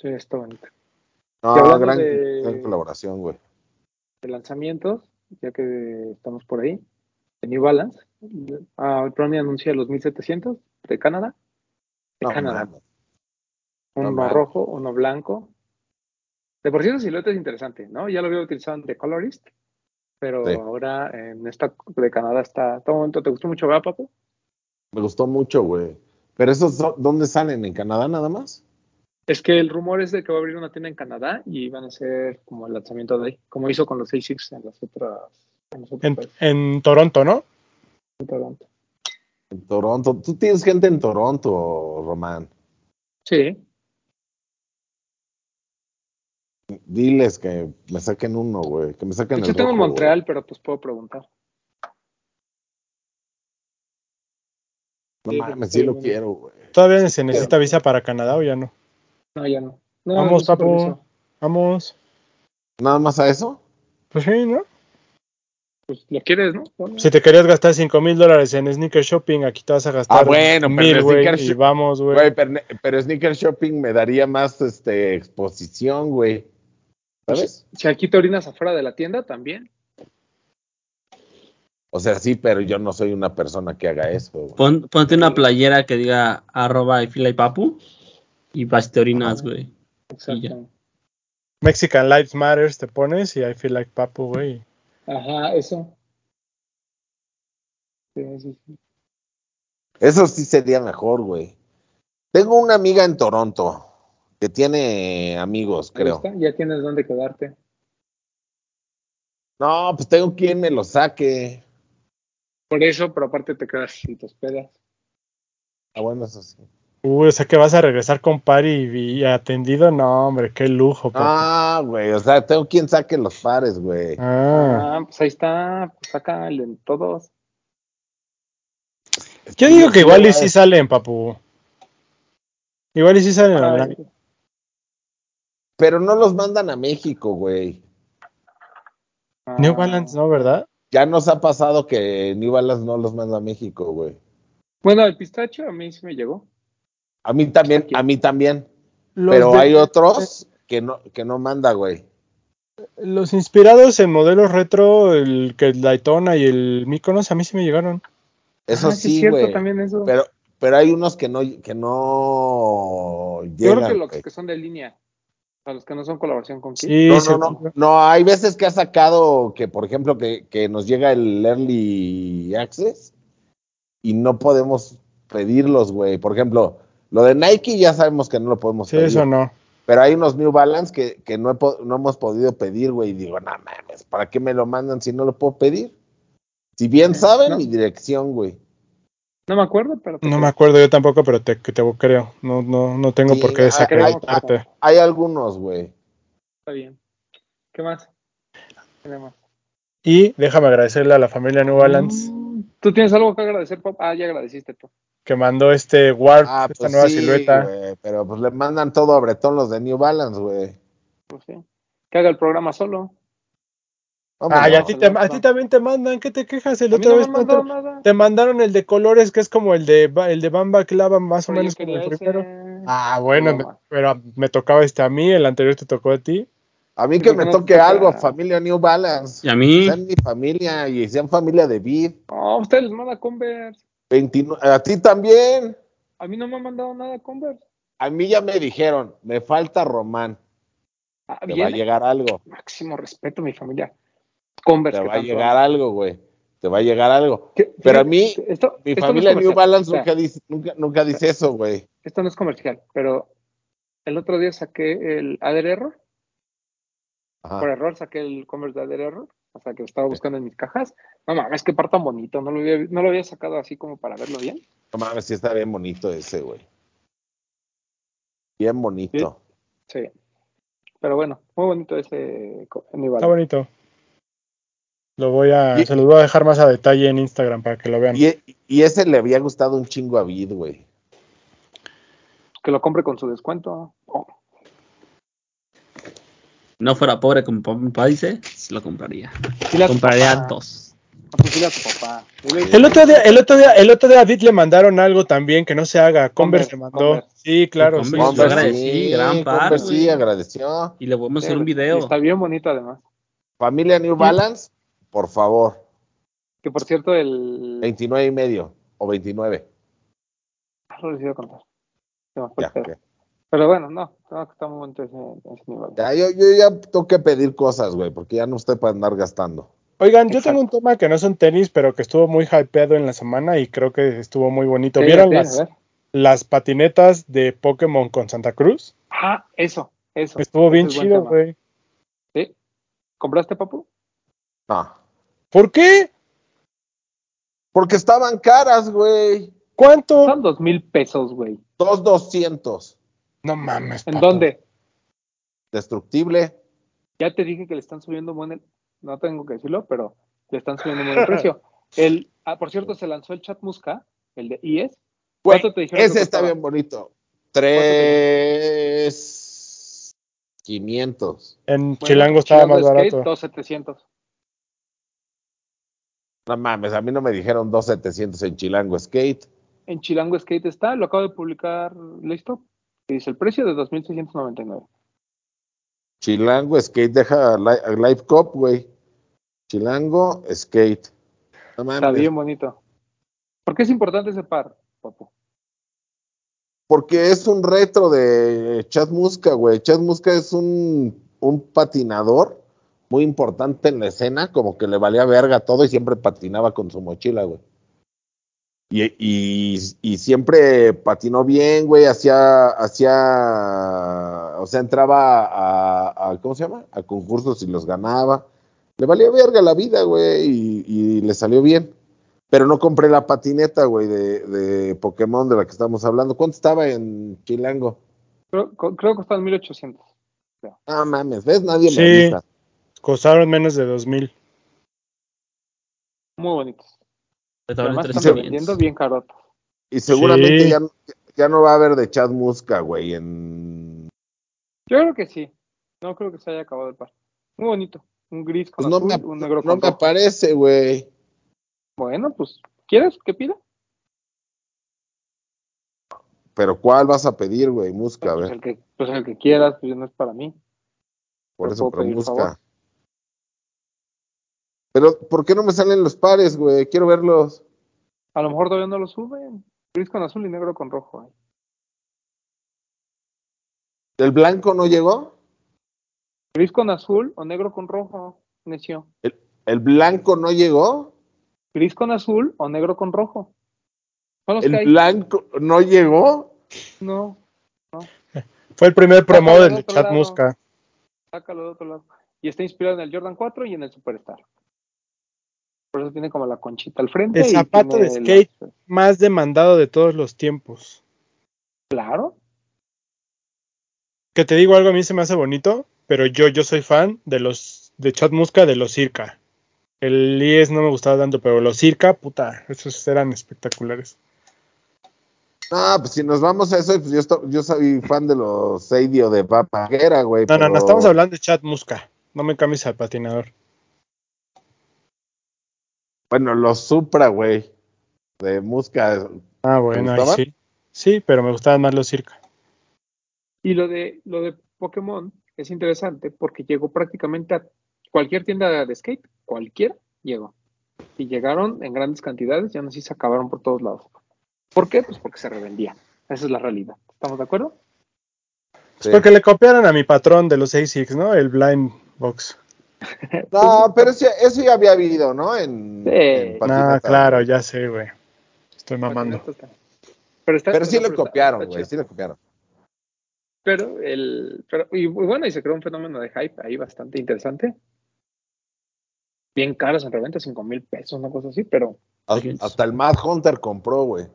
Speaker 2: Sí, está bonito. Y
Speaker 3: No,
Speaker 2: hablando
Speaker 3: gran,
Speaker 2: de-
Speaker 3: gran colaboración, güey.
Speaker 2: De lanzamientos, ya que estamos por ahí, de New Balance, ah, Brownie anuncia los 1700 de Canadá. De
Speaker 3: No,
Speaker 2: Canadá.
Speaker 3: mames.
Speaker 2: Uno
Speaker 3: No mames.
Speaker 2: rojo, uno blanco. De por sí esa silueta es interesante, ¿no? Ya lo había utilizado en The Colorist, pero
Speaker 3: Sí.
Speaker 2: ahora en esta de Canadá está... Todo momento, ¿te gustó mucho, verdad, Papo?
Speaker 3: Me gustó mucho, güey. Pero esos, do- ¿dónde salen? ¿En Canadá nada más?
Speaker 2: Es que el rumor es de que va a abrir una tienda en Canadá y van a ser como el lanzamiento de ahí, como hizo con los 6 en las otras... En los otros
Speaker 5: En,
Speaker 2: países
Speaker 5: en Toronto, ¿no?
Speaker 2: de Toronto.
Speaker 3: En Toronto. Tú tienes gente en Toronto, Román.
Speaker 2: Sí,
Speaker 3: Diles que me saquen uno, güey. Que me saquen
Speaker 2: yo
Speaker 3: el
Speaker 2: tengo en
Speaker 3: rojo, güey.
Speaker 2: Montreal, pero pues puedo preguntar.
Speaker 3: No
Speaker 2: Sí,
Speaker 3: mames,
Speaker 2: sí,
Speaker 3: sí lo
Speaker 2: bueno.
Speaker 3: quiero, güey.
Speaker 5: ¿Todavía se necesita visa para Canadá o ya no?
Speaker 2: No, ya no. No,
Speaker 5: Vamos,
Speaker 2: es un
Speaker 5: Papu.
Speaker 2: permiso.
Speaker 5: Vamos.
Speaker 3: ¿Nada más a eso?
Speaker 5: Pues sí, ¿no?
Speaker 2: Pues lo quieres, ¿no? Bueno,
Speaker 5: Si te querías gastar 5 mil dólares en sneaker shopping, aquí te vas a gastar
Speaker 3: Ah, bueno, pero
Speaker 5: mil,
Speaker 3: el
Speaker 5: güey.
Speaker 3: sneaker
Speaker 5: Y
Speaker 3: shop-
Speaker 5: vamos, güey.
Speaker 3: Güey, pero, pero sneaker shopping me daría más este exposición, güey. ¿Sabes?
Speaker 2: Si aquí te orinas afuera de la tienda, también.
Speaker 3: O sea, sí, pero yo no soy una persona que haga eso. güey.
Speaker 4: Pon- ponte una playera que diga arroba y fila y papu. Y vas y te orinas, güey.
Speaker 2: Exacto.
Speaker 5: Mexican Lives Matters te pones y I feel like Papo, güey.
Speaker 2: Ajá, eso. Sí, sí, sí.
Speaker 3: Eso sí sería mejor, güey. Tengo una amiga en Toronto que tiene amigos,
Speaker 2: Ahí
Speaker 3: creo.
Speaker 2: está, Ya tienes dónde quedarte.
Speaker 3: No, pues tengo quien me lo saque.
Speaker 2: Por eso, pero aparte te quedas y te hospedas.
Speaker 3: Ah, bueno, eso sí.
Speaker 5: Uy, o sea que vas a regresar con Pari y, y atendido. No, hombre, qué lujo. papi.
Speaker 3: Ah, güey, o sea, tengo quien saque los pares, güey.
Speaker 5: Ah.
Speaker 2: Ah, pues ahí está, pues sácale en todos.
Speaker 5: Yo digo que igual y sí
Speaker 3: Ay,
Speaker 5: salen, papu. Igual y sí salen.
Speaker 2: Ay,
Speaker 5: ¿verdad?
Speaker 3: Pero no los mandan a México, güey.
Speaker 2: ah,
Speaker 5: New Balance, ¿no? ¿Verdad?
Speaker 3: Ya nos ha pasado que New Balance no los manda a México, güey.
Speaker 2: Bueno, el pistacho a mí sí me llegó.
Speaker 3: A mí también, a mí también. Pero hay otros que no, que no manda, güey.
Speaker 5: Los inspirados en modelos retro, el que el Daytona y el Mykonos, a mí sí me llegaron.
Speaker 3: Eso
Speaker 2: Ah, es
Speaker 3: sí,
Speaker 2: cierto,
Speaker 3: güey.
Speaker 2: también eso.
Speaker 3: Pero, pero hay unos que no, que no
Speaker 2: Yo
Speaker 3: llegan.
Speaker 2: creo que los
Speaker 3: güey.
Speaker 2: que son de línea, a los que no son colaboración con Kit.
Speaker 5: Sí,
Speaker 3: No,
Speaker 5: se-
Speaker 3: no, no, no, hay veces que ha sacado que, por ejemplo, que, que nos llega el early access y no podemos pedirlos, güey. Por ejemplo, lo de Nike ya sabemos que no lo podemos
Speaker 5: sí,
Speaker 3: pedir.
Speaker 5: eso no.
Speaker 3: Pero hay unos New Balance que, que no, he po- no hemos podido pedir, güey. Y digo, no mames, ¿para qué me lo mandan si no lo puedo pedir? Si bien saben
Speaker 2: No.
Speaker 3: mi dirección, güey.
Speaker 2: No me acuerdo, pero.
Speaker 5: No me acuerdo yo tampoco, pero te, que te creo. No, no, no tengo
Speaker 3: Sí, ah,
Speaker 5: por qué
Speaker 3: hay-
Speaker 5: desacreditarte.
Speaker 3: Hay algunos, güey.
Speaker 2: Está bien. ¿Qué más? Tenemos.
Speaker 5: Y déjame agradecerle a la familia New Balance
Speaker 2: Mm. ¿Tú tienes algo que agradecer, Pop? Ah, ya agradeciste, Pop.
Speaker 5: que mandó este Warp,
Speaker 3: Ah,
Speaker 5: esta
Speaker 3: pues
Speaker 5: nueva
Speaker 3: sí,
Speaker 5: silueta.
Speaker 3: güey, pero pues le mandan todo a Bretón los de New Balance, güey.
Speaker 2: Pues sí. Que haga el programa solo.
Speaker 5: Ah, y a
Speaker 3: Vámonos.
Speaker 5: ti, te- a ti también te mandan, ¿qué te quejas? El
Speaker 2: A mí
Speaker 5: otra
Speaker 2: no me
Speaker 5: vez
Speaker 2: han
Speaker 5: no te-
Speaker 2: mandado nada.
Speaker 5: te mandaron el de colores, que es como el de Ba- el de Bamba Clava, más o
Speaker 2: Pero yo
Speaker 5: menos como el
Speaker 2: quería ese.
Speaker 5: primero. Ah, bueno,
Speaker 2: No,
Speaker 5: me-
Speaker 2: ma.
Speaker 5: pero me tocaba este a mí, el anterior te tocó a ti.
Speaker 3: A mí que
Speaker 2: Porque
Speaker 3: me
Speaker 2: no
Speaker 3: toque
Speaker 2: toca-
Speaker 3: algo, familia New Balance.
Speaker 4: Y a mí,
Speaker 3: Sean mi familia y sean familia de Vid.
Speaker 2: No, ustedes les manda Converse.
Speaker 3: 29 A ti también.
Speaker 2: A mí no me han mandado nada Converse.
Speaker 3: A mí ya me dijeron, me falta Román.
Speaker 2: Ah,
Speaker 3: Te va a
Speaker 2: bien.
Speaker 3: llegar algo.
Speaker 2: Máximo respeto, mi familia.
Speaker 3: Te
Speaker 2: Converse. Pues que
Speaker 3: va a
Speaker 2: tanto
Speaker 3: llegar
Speaker 2: amo.
Speaker 3: algo, güey. Te va a llegar algo.
Speaker 2: Que-
Speaker 3: Pero a
Speaker 2: fíjate,
Speaker 3: mí,
Speaker 2: esto-
Speaker 3: Mi
Speaker 2: esto no es
Speaker 3: familia New
Speaker 2: comercial. O
Speaker 3: Balance
Speaker 2: sea,
Speaker 3: nunca dice, nunca, nunca dice eso, güey.
Speaker 2: esto no es comercial, pero el otro día saqué el Ader Error.
Speaker 3: Ajá.
Speaker 2: Por error saqué el Converse de Ader Error. O sea, que lo estaba buscando en mis cajas. No mames, que par tan bonito. No lo, había, no lo había sacado así como para verlo bien.
Speaker 3: No mames, sí está bien bonito ese, güey. Bien bonito.
Speaker 2: Sí. Pero bueno, muy bonito ese co- New
Speaker 5: Está
Speaker 2: Balance.
Speaker 5: bonito. Lo voy a,
Speaker 3: Y-
Speaker 5: se los voy a dejar más a detalle en Instagram para que lo vean.
Speaker 3: Y, y ese le había gustado un chingo a Vid, güey.
Speaker 2: Que lo compre con su descuento. Oh,
Speaker 4: no fuera pobre como pa- mi papá dice, sí lo compraría.
Speaker 2: dile a tu
Speaker 4: Compraría
Speaker 2: papá.
Speaker 4: dos.
Speaker 2: Ah, pues dile a tu papá. Dile-
Speaker 5: El otro día, el otro día, el otro día a Vid le mandaron algo también que no se haga.
Speaker 2: Converse,
Speaker 5: Converse, le mandó.
Speaker 2: Converse.
Speaker 5: Sí, claro.
Speaker 4: Converse,
Speaker 5: sí.
Speaker 4: Pues yo
Speaker 3: Converse,
Speaker 4: agradecí,
Speaker 3: sí,
Speaker 4: gran par,
Speaker 3: Converse sí
Speaker 4: güey.
Speaker 3: agradeció.
Speaker 4: Y le podemos
Speaker 2: Sí,
Speaker 4: hacer un video.
Speaker 2: Está bien bonito además.
Speaker 3: Familia New Balance, por favor.
Speaker 2: Que por cierto, el.
Speaker 3: 29 y medio o 29.
Speaker 2: Ah, lo decido contar. Se me fue el
Speaker 3: Ya,
Speaker 2: pedo.
Speaker 3: ok.
Speaker 2: Pero bueno, no, no, que está muy bonito ese, ese New Balance.
Speaker 3: Ya, yo, yo ya tengo que pedir cosas, güey, porque ya no estoy para andar gastando.
Speaker 5: Oigan, yo
Speaker 2: Exacto.
Speaker 5: tengo un tema que no son tenis, pero que estuvo muy hypeado en la semana y creo que estuvo muy bonito.
Speaker 2: Sí,
Speaker 5: ¿Vieron
Speaker 2: sí,
Speaker 5: las,
Speaker 2: a ver.
Speaker 5: las patinetas de Pokémon con Santa Cruz?
Speaker 2: Ah, eso, eso.
Speaker 5: Estuvo
Speaker 2: Ese
Speaker 5: bien
Speaker 2: es buen
Speaker 5: chido,
Speaker 2: tema.
Speaker 5: güey.
Speaker 2: ¿Sí? ¿Compraste, papu?
Speaker 3: No.
Speaker 5: ¿Por qué?
Speaker 3: Porque estaban caras, güey.
Speaker 5: ¿Cuánto?
Speaker 2: Son dos mil pesos, güey.
Speaker 3: Dos doscientos.
Speaker 5: No mames.
Speaker 2: ¿En
Speaker 5: papu.
Speaker 2: dónde?
Speaker 3: Destructible.
Speaker 2: Ya te dije que le están subiendo buen el- No tengo que decirlo, pero le están subiendo buen el precio. El, ah, por cierto, se lanzó el chat Musca, el de E IES.
Speaker 3: Güey,
Speaker 2: ¿Cuánto te dijeron que
Speaker 3: ese está
Speaker 2: costaba?
Speaker 3: bien bonito. Tres. 500.
Speaker 5: En Chilango estaba más barato.
Speaker 2: 2700.
Speaker 3: No mames, a mí no me dijeron 2700 en Chilango Skate.
Speaker 2: En Chilango Skate está, lo acabo de publicar, listo. Y dice el precio de 2699.
Speaker 3: Chilango Skate, deja Li- Live Cop, güey. Chilango Skate. No
Speaker 5: Ah,
Speaker 2: Está
Speaker 3: mames.
Speaker 2: bien bonito. ¿Por qué es importante ese par, papu?
Speaker 3: Porque es un retro de Chad Muska, güey. Chad Muska es un un patinador muy importante en la escena, como que le valía verga todo y siempre patinaba con su mochila, güey. Y, y, y siempre patinó bien, güey, hacía, hacía, o sea, entraba a, a- ¿cómo se llama? A concursos y los ganaba. Le valía verga la vida, güey, y, y le salió bien. Pero no compré la patineta, güey, de, de Pokémon de la que estamos hablando. ¿Cuánto estaba en Chilango?
Speaker 2: Creo, co- creo que costaba 1800.
Speaker 3: Ah, mames, ¿ves? Nadie
Speaker 5: Sí.
Speaker 3: me avisa.
Speaker 5: Costaron menos de 2000.
Speaker 2: Muy bonitos.
Speaker 4: Te
Speaker 2: Pero
Speaker 4: valen
Speaker 2: Además están
Speaker 4: 300.
Speaker 2: vendiendo bien carotas.
Speaker 3: Y seguramente
Speaker 5: Sí.
Speaker 3: ya, no- ya no va a haber de Chad Musca, güey, en...
Speaker 2: Yo creo que sí. No creo que se haya acabado el par. Muy bonito. Un gris con
Speaker 3: Pues no
Speaker 2: azul,
Speaker 3: me,
Speaker 2: un negro
Speaker 3: no
Speaker 2: con
Speaker 3: me
Speaker 2: rojo.
Speaker 3: aparece, güey.
Speaker 2: Bueno, pues, ¿quieres que pida?
Speaker 3: Pero ¿cuál vas a pedir, güey? Musca, a
Speaker 2: Pues
Speaker 3: ver.
Speaker 2: el, que, pues el que quieras, pues no es para mí.
Speaker 3: Por
Speaker 2: ¿te
Speaker 3: eso,
Speaker 2: puedo
Speaker 3: pero
Speaker 2: pedir favor?
Speaker 3: Musca. Pero, ¿por qué no me salen los pares, güey? Quiero verlos.
Speaker 2: A lo mejor todavía no lo suben. Gris con azul y negro con rojo. ¿eh?
Speaker 3: ¿El blanco no llegó?
Speaker 2: Gris con azul o negro con rojo, necio.
Speaker 3: ¿El blanco no llegó?
Speaker 2: Gris con azul o negro con rojo. Son los que
Speaker 3: ¿El
Speaker 2: hay.
Speaker 3: blanco no llegó?
Speaker 2: No,
Speaker 5: Fue el primer promo
Speaker 2: Sácalo
Speaker 5: del
Speaker 2: de otro
Speaker 5: Chat
Speaker 2: lado.
Speaker 5: Musca.
Speaker 2: sácalo de otro lado. Y está inspirado en el Jordan 4 y en el Superstar. Por eso tiene como la conchita al frente.
Speaker 5: El
Speaker 2: y
Speaker 5: zapato
Speaker 2: tiene
Speaker 5: de skate.
Speaker 2: las-
Speaker 5: Más demandado de todos los tiempos.
Speaker 2: Claro.
Speaker 5: Que te digo algo, a mí se me hace bonito, pero yo, yo soy fan de los de Chat Musca de los Circa. El IES no me gustaba tanto, pero los Circa, puta, esos eran espectaculares.
Speaker 3: No, pues si nos vamos a eso, pues yo, esto- yo soy fan de los Seidio de Papaguera, güey.
Speaker 5: No, no,
Speaker 3: pero-
Speaker 5: no, estamos hablando de Chat Musca. No me cambies al patinador.
Speaker 3: Bueno, los Supra, güey. De Musca.
Speaker 5: Ah, bueno, ahí
Speaker 3: gustaban?
Speaker 5: sí. Sí, pero me gustaban más los Circa.
Speaker 2: Y lo de, lo de Pokémon es interesante porque llegó prácticamente a cualquier tienda de skate, cualquiera llegó. Y llegaron en grandes cantidades y aún así se acabaron por todos lados. ¿Por qué? Pues porque se revendían. Esa es la realidad. ¿Estamos de acuerdo?
Speaker 3: Sí.
Speaker 5: Porque le copiaron a mi patrón de los ASICs, ¿no? El Blind Box.
Speaker 3: No, pero eso, eso ya había habido, ¿no? En,
Speaker 2: Sí.
Speaker 3: en patineta,
Speaker 5: Ah, claro,
Speaker 3: güey.
Speaker 5: ya sé, güey. Estoy mamando.
Speaker 2: Patineta está- Pero, está-
Speaker 3: Pero sí
Speaker 2: pero
Speaker 3: lo
Speaker 2: está-
Speaker 3: copiaron,
Speaker 2: está
Speaker 3: güey,
Speaker 2: chido.
Speaker 3: sí lo copiaron.
Speaker 2: Pero el. Pero, y bueno, y se creó un fenómeno de hype ahí bastante interesante. Bien caros en reventa, 5 mil pesos, una cosa así, pero
Speaker 3: Hasta, hasta el Mad Hunter compró, güey.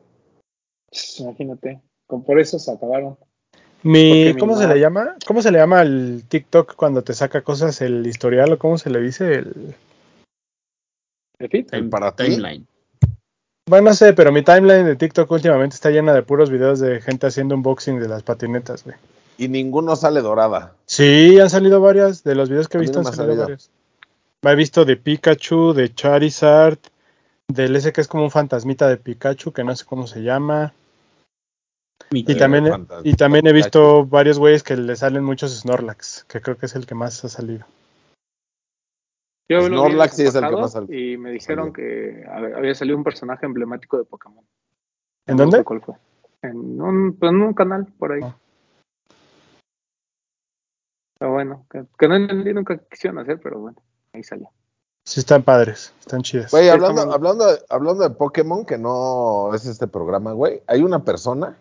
Speaker 2: pss, pues, imagínate, con, por eso se acabaron. Porque
Speaker 5: Mi,
Speaker 2: mi
Speaker 5: ¿Cómo se
Speaker 2: madre-
Speaker 5: le llama? ¿Cómo se le llama al TikTok cuando te saca cosas, el historial o cómo se le dice? El...
Speaker 2: ¿De fit?
Speaker 3: El para ti.
Speaker 4: Timeline.
Speaker 5: Bueno, no sé, pero mi timeline de TikTok últimamente está llena de puros videos de gente haciendo unboxing de las patinetas, güey.
Speaker 3: Y ninguno sale dorada.
Speaker 5: Sí, han salido varias, de los videos que
Speaker 3: A
Speaker 5: he
Speaker 3: mí
Speaker 5: visto
Speaker 3: no me
Speaker 5: han
Speaker 3: ha
Speaker 5: salido
Speaker 3: salido.
Speaker 5: varias. Me he visto de Pikachu, de Charizard, del ese que es como un fantasmita de Pikachu, que no sé cómo se llama.
Speaker 4: Mi
Speaker 5: Y
Speaker 3: Eh,
Speaker 5: también,
Speaker 3: fantas-
Speaker 5: y también he
Speaker 3: fantasma.
Speaker 5: visto varios güeyes que le salen muchos Snorlax, que creo que es el que más ha salido.
Speaker 2: Yo lo vi en los
Speaker 3: Snorlax Pues sí es el que
Speaker 2: empacados
Speaker 3: más sal-
Speaker 2: Y me dijeron que hab- había salido un personaje emblemático de Pokémon.
Speaker 5: ¿En
Speaker 2: No
Speaker 5: dónde?
Speaker 2: sé cuál fue. En un, pues, en un canal por ahí.
Speaker 5: Ah.
Speaker 2: Pero bueno, que, que no entendí nunca qué quisieron hacer, pero bueno, ahí salió.
Speaker 5: Sí, están padres, están chidas.
Speaker 3: Güey,
Speaker 2: Sí,
Speaker 3: hablando,
Speaker 2: como-
Speaker 3: hablando, de- hablando de Pokémon, que no es este programa, güey, hay una persona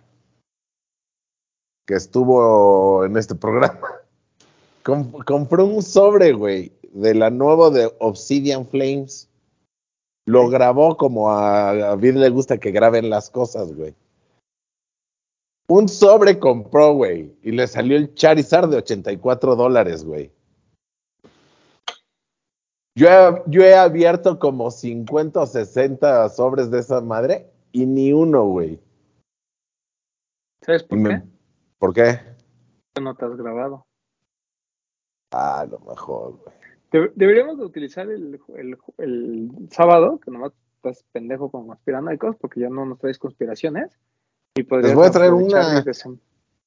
Speaker 3: que estuvo en este programa. Com- compró un sobre, güey, de la nueva de Obsidian Flames. Lo grabó como a, a Vid le gusta que graben las cosas, güey. Un sobre compró, güey, y le salió el Charizard de 84 dólares, güey. Yo he, yo he abierto como 50 o 60 sobres de esa madre y ni uno, güey.
Speaker 2: ¿Sabes por
Speaker 3: Y
Speaker 2: qué?
Speaker 3: me- ¿Por qué?
Speaker 2: Que No te has grabado.
Speaker 3: Ah, a lo mejor, güey.
Speaker 2: Deb- deberíamos de utilizar el, el- el sábado, que nomás estás pendejo con conspiranoicos, porque ya no nos traes conspiraciones. Y podrías
Speaker 3: Les voy a traer
Speaker 2: aprovechar
Speaker 3: una.
Speaker 2: y desem-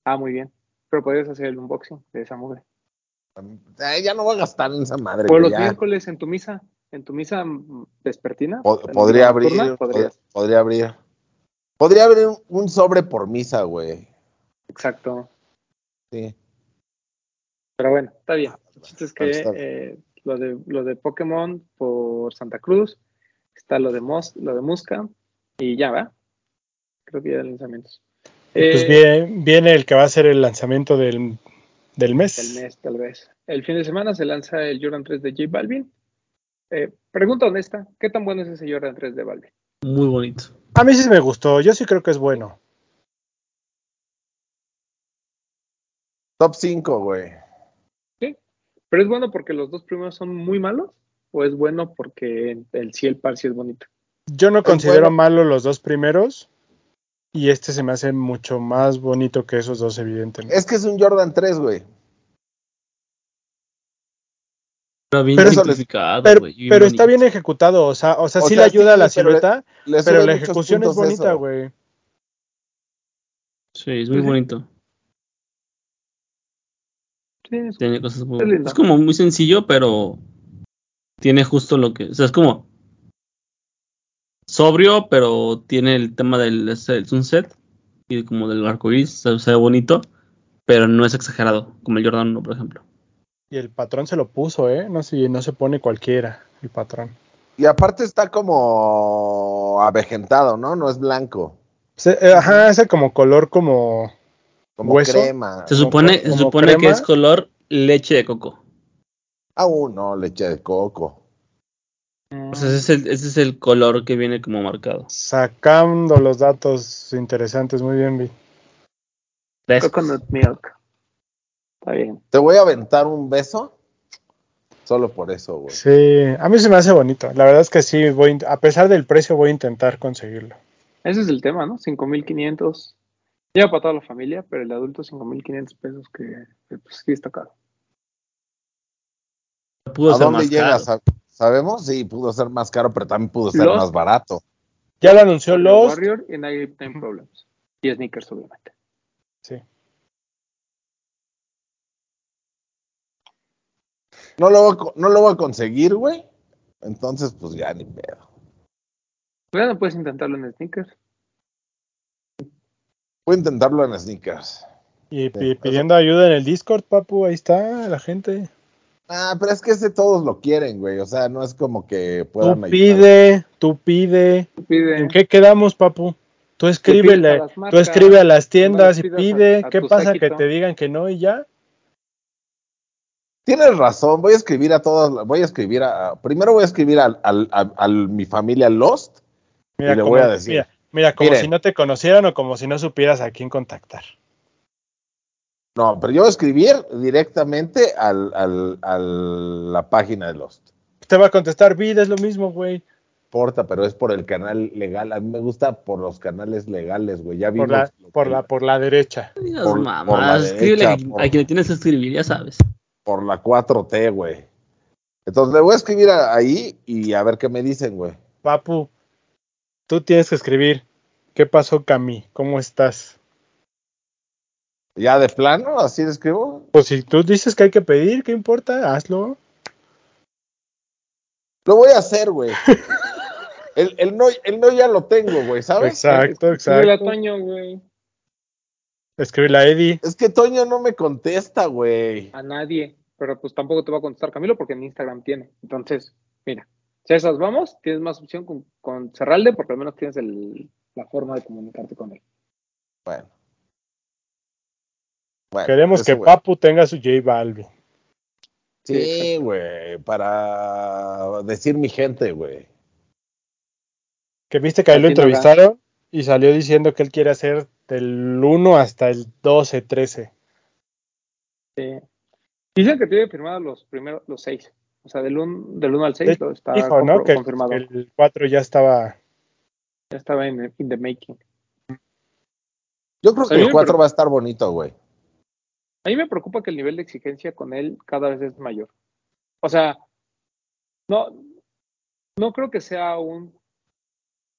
Speaker 2: Ah, muy bien. Pero podrías hacer el unboxing de esa mugre.
Speaker 3: Ay, ya no voy a gastar en esa madre,
Speaker 2: O
Speaker 3: güey.
Speaker 2: Pues los
Speaker 3: ya.
Speaker 2: miércoles en tu misa, en tu misa mm, vespertina.
Speaker 3: Po-
Speaker 2: en la
Speaker 3: podría abrir,
Speaker 2: nocturna,
Speaker 3: pod-
Speaker 2: podrías.
Speaker 3: podría abrir. Podría abrir un, un sobre por misa, güey.
Speaker 2: Exacto.
Speaker 3: Sí.
Speaker 2: Pero bueno, está bien. El chiste es que
Speaker 3: All-Star.
Speaker 2: eh, lo, de, lo de Pokémon por Santa Cruz, está lo de Mos, lo de Musca, y ya va. Creo que ya de lanzamientos.
Speaker 5: Y pues
Speaker 2: Eh,
Speaker 5: viene, viene el que va a ser el lanzamiento del, del mes.
Speaker 2: del mes, tal vez. El fin de semana se lanza el Jordan 3 de J Balvin. Eh, pregunta honesta, ¿qué tan bueno es ese Jordan 3 de Balvin?
Speaker 4: Muy bonito.
Speaker 5: A mí sí me gustó, yo sí creo que es bueno.
Speaker 3: Top 5, güey.
Speaker 2: ¿Pero es bueno porque los dos primeros son muy malos? ¿O es bueno porque el sí, el par sí es bonito?
Speaker 5: Yo no
Speaker 3: Es
Speaker 5: considero
Speaker 3: bueno.
Speaker 5: malo los dos primeros y este se me hace mucho más bonito que esos dos, evidentemente.
Speaker 3: Es que es un Jordan 3, güey.
Speaker 4: Pero bien
Speaker 5: Pero eso
Speaker 3: les-
Speaker 4: simplificado,
Speaker 5: Pero,
Speaker 4: güey,
Speaker 5: pero está
Speaker 4: bonito.
Speaker 5: bien ejecutado, o sea, o sea
Speaker 3: O
Speaker 5: sí
Speaker 3: sea,
Speaker 5: le ayuda
Speaker 3: sí,
Speaker 5: a la
Speaker 3: pero-
Speaker 5: silueta,
Speaker 3: Le
Speaker 5: pero
Speaker 3: sube
Speaker 5: la
Speaker 3: muchos
Speaker 5: ejecución es
Speaker 3: puntos
Speaker 5: bonita,
Speaker 3: eso.
Speaker 5: güey.
Speaker 4: Sí, es muy
Speaker 2: Ujú.
Speaker 4: bonito.
Speaker 2: Sí, es-
Speaker 4: Tiene cosas muy-
Speaker 2: Es lindo.
Speaker 4: Es como muy sencillo, pero tiene justo lo que. O sea, es como sobrio, pero tiene el tema del es el sunset y como del arco iris. Se, se ve bonito, pero no es exagerado, como el Jordan 1, por ejemplo.
Speaker 5: Y el patrón se lo puso, ¿eh? No sé, no se pone cualquiera el patrón.
Speaker 3: Y aparte está como avejentado, ¿no? No es blanco.
Speaker 5: Se- eh, ajá, ese como color como...
Speaker 3: Como
Speaker 5: ¿Hueso?
Speaker 3: crema.
Speaker 4: Se
Speaker 5: Como
Speaker 4: supone,
Speaker 5: col-
Speaker 4: se
Speaker 5: como
Speaker 4: supone que
Speaker 5: crema.
Speaker 4: es color leche de coco.
Speaker 3: Aún Ah, uh, no, leche de coco.
Speaker 2: Pues
Speaker 4: O sea, ese es, el, ese es el color que viene como marcado.
Speaker 5: Sacando los datos interesantes, muy bien, Vi.
Speaker 4: Gracias.
Speaker 2: Coconut milk. Está bien.
Speaker 3: Te voy a aventar un beso. Solo por eso, güey.
Speaker 5: Sí, a mí se me hace bonito. La verdad es que sí, voy, a int- a pesar del precio voy a intentar conseguirlo.
Speaker 2: Ese es el tema, ¿no? 5.500. Lleva para toda la familia, pero el adulto 5.500 pesos que que, pues, sí está caro.
Speaker 4: Pudo
Speaker 3: ¿A
Speaker 4: ser
Speaker 3: dónde
Speaker 4: más
Speaker 3: llega?
Speaker 4: caro.
Speaker 3: Sa- ¿Sabemos? Sí, pudo ser más caro, pero también pudo ser
Speaker 2: Los-
Speaker 3: más barato.
Speaker 5: Ya lo anunció
Speaker 2: El
Speaker 5: los...
Speaker 2: Warrior y Night Time Problems. Y sneakers, obviamente.
Speaker 5: Sí.
Speaker 3: No lo voy a, co- no lo voy a conseguir, güey. Entonces, pues ya ni pedo.
Speaker 2: Bueno, puedes intentarlo en sneakers.
Speaker 3: Voy a intentarlo en sneakers.
Speaker 5: Y pi-
Speaker 3: Sí, eso-
Speaker 5: pidiendo ayuda en el Discord, papu, ahí está la gente.
Speaker 3: Ah, pero es que ese todos lo quieren, güey. O sea, no es como que puedan
Speaker 5: Tú
Speaker 3: ayudar.
Speaker 5: pide, tú pide.
Speaker 2: Pide,
Speaker 5: ¿En qué quedamos, papu? Tú
Speaker 2: pides a
Speaker 5: escríbele,
Speaker 2: las marcas,
Speaker 5: tú escribe a las
Speaker 2: no
Speaker 5: tiendas
Speaker 2: les
Speaker 5: y
Speaker 2: pidas
Speaker 5: pide.
Speaker 2: a- a
Speaker 5: ¿Qué
Speaker 2: tu
Speaker 5: pasa que
Speaker 2: séquito?
Speaker 5: te digan que no y ya?
Speaker 3: Tienes razón, voy a escribir a todas, la- voy a escribir a, a- primero voy a escribir al- al- a, a mi familia Lost.
Speaker 5: Mira,
Speaker 3: le
Speaker 5: como,
Speaker 3: voy a decir.
Speaker 5: mira, mira, como
Speaker 3: Miren.
Speaker 5: si no te conocieran o como si no supieras a quién contactar.
Speaker 3: No, pero yo voy a escribir directamente al, al- al- la página de Lost.
Speaker 5: Te va a contestar, vida es lo mismo, güey.
Speaker 3: Porta, pero es por el canal legal. A mí me gusta por los canales legales, güey. Ya vimos.
Speaker 5: Por la,
Speaker 3: lo que-
Speaker 5: por la, por la derecha.
Speaker 4: Dios,
Speaker 3: Por-
Speaker 4: mamá,
Speaker 3: por la
Speaker 4: escríbele
Speaker 3: derecha,
Speaker 4: a-
Speaker 3: por-
Speaker 4: a quien le tienes que escribir, ya sabes.
Speaker 3: por la 4T, güey. Entonces le voy a escribir a- ahí y a ver qué me dicen, güey.
Speaker 5: Papu, tú tienes que escribir. ¿Qué pasó, Cami? ¿Cómo estás?
Speaker 3: Ya de plano, así le escribo.
Speaker 5: Pues si tú dices que hay que pedir, ¿qué importa? Hazlo.
Speaker 3: Lo voy a hacer, güey. El, el no, el no ya lo tengo, güey, ¿sabes?
Speaker 5: Exacto,
Speaker 2: Escríbele a
Speaker 5: exacto.
Speaker 2: Toño, güey.
Speaker 5: Escribe a Eddie.
Speaker 3: Es que Toño no me contesta, güey.
Speaker 2: A nadie. Pero pues tampoco te va a contestar Camilo porque en Instagram tiene. Entonces, mira. Si a esas vamos, tienes más opción con, con Cerralde porque al menos tienes el- la forma de comunicarte con él.
Speaker 3: Bueno. Bueno,
Speaker 5: Queremos
Speaker 3: eso,
Speaker 5: que
Speaker 3: güey.
Speaker 5: Papu tenga su J Balvin.
Speaker 3: Sí, güey, para decir mi gente, güey.
Speaker 5: Que viste que ahí lo
Speaker 2: Latino Gang.
Speaker 5: entrevistaron y salió diciendo que él quiere hacer del 1 hasta el 12, 13.
Speaker 2: Sí. Dicen que tiene firmados los primeros, los seis. O sea, del 1 del uno al 6
Speaker 5: De-
Speaker 2: está
Speaker 5: Dijo,
Speaker 2: compro-
Speaker 5: ¿no? Que,
Speaker 2: confirmado.
Speaker 5: que el 4 ya estaba.
Speaker 2: Ya estaba en in the making.
Speaker 3: Yo creo que
Speaker 2: A mí
Speaker 3: el
Speaker 2: me
Speaker 3: 4
Speaker 2: pre-
Speaker 3: va a estar bonito, güey.
Speaker 2: A mí me preocupa que el nivel de exigencia con él cada vez es mayor. O sea, no, no creo que sea un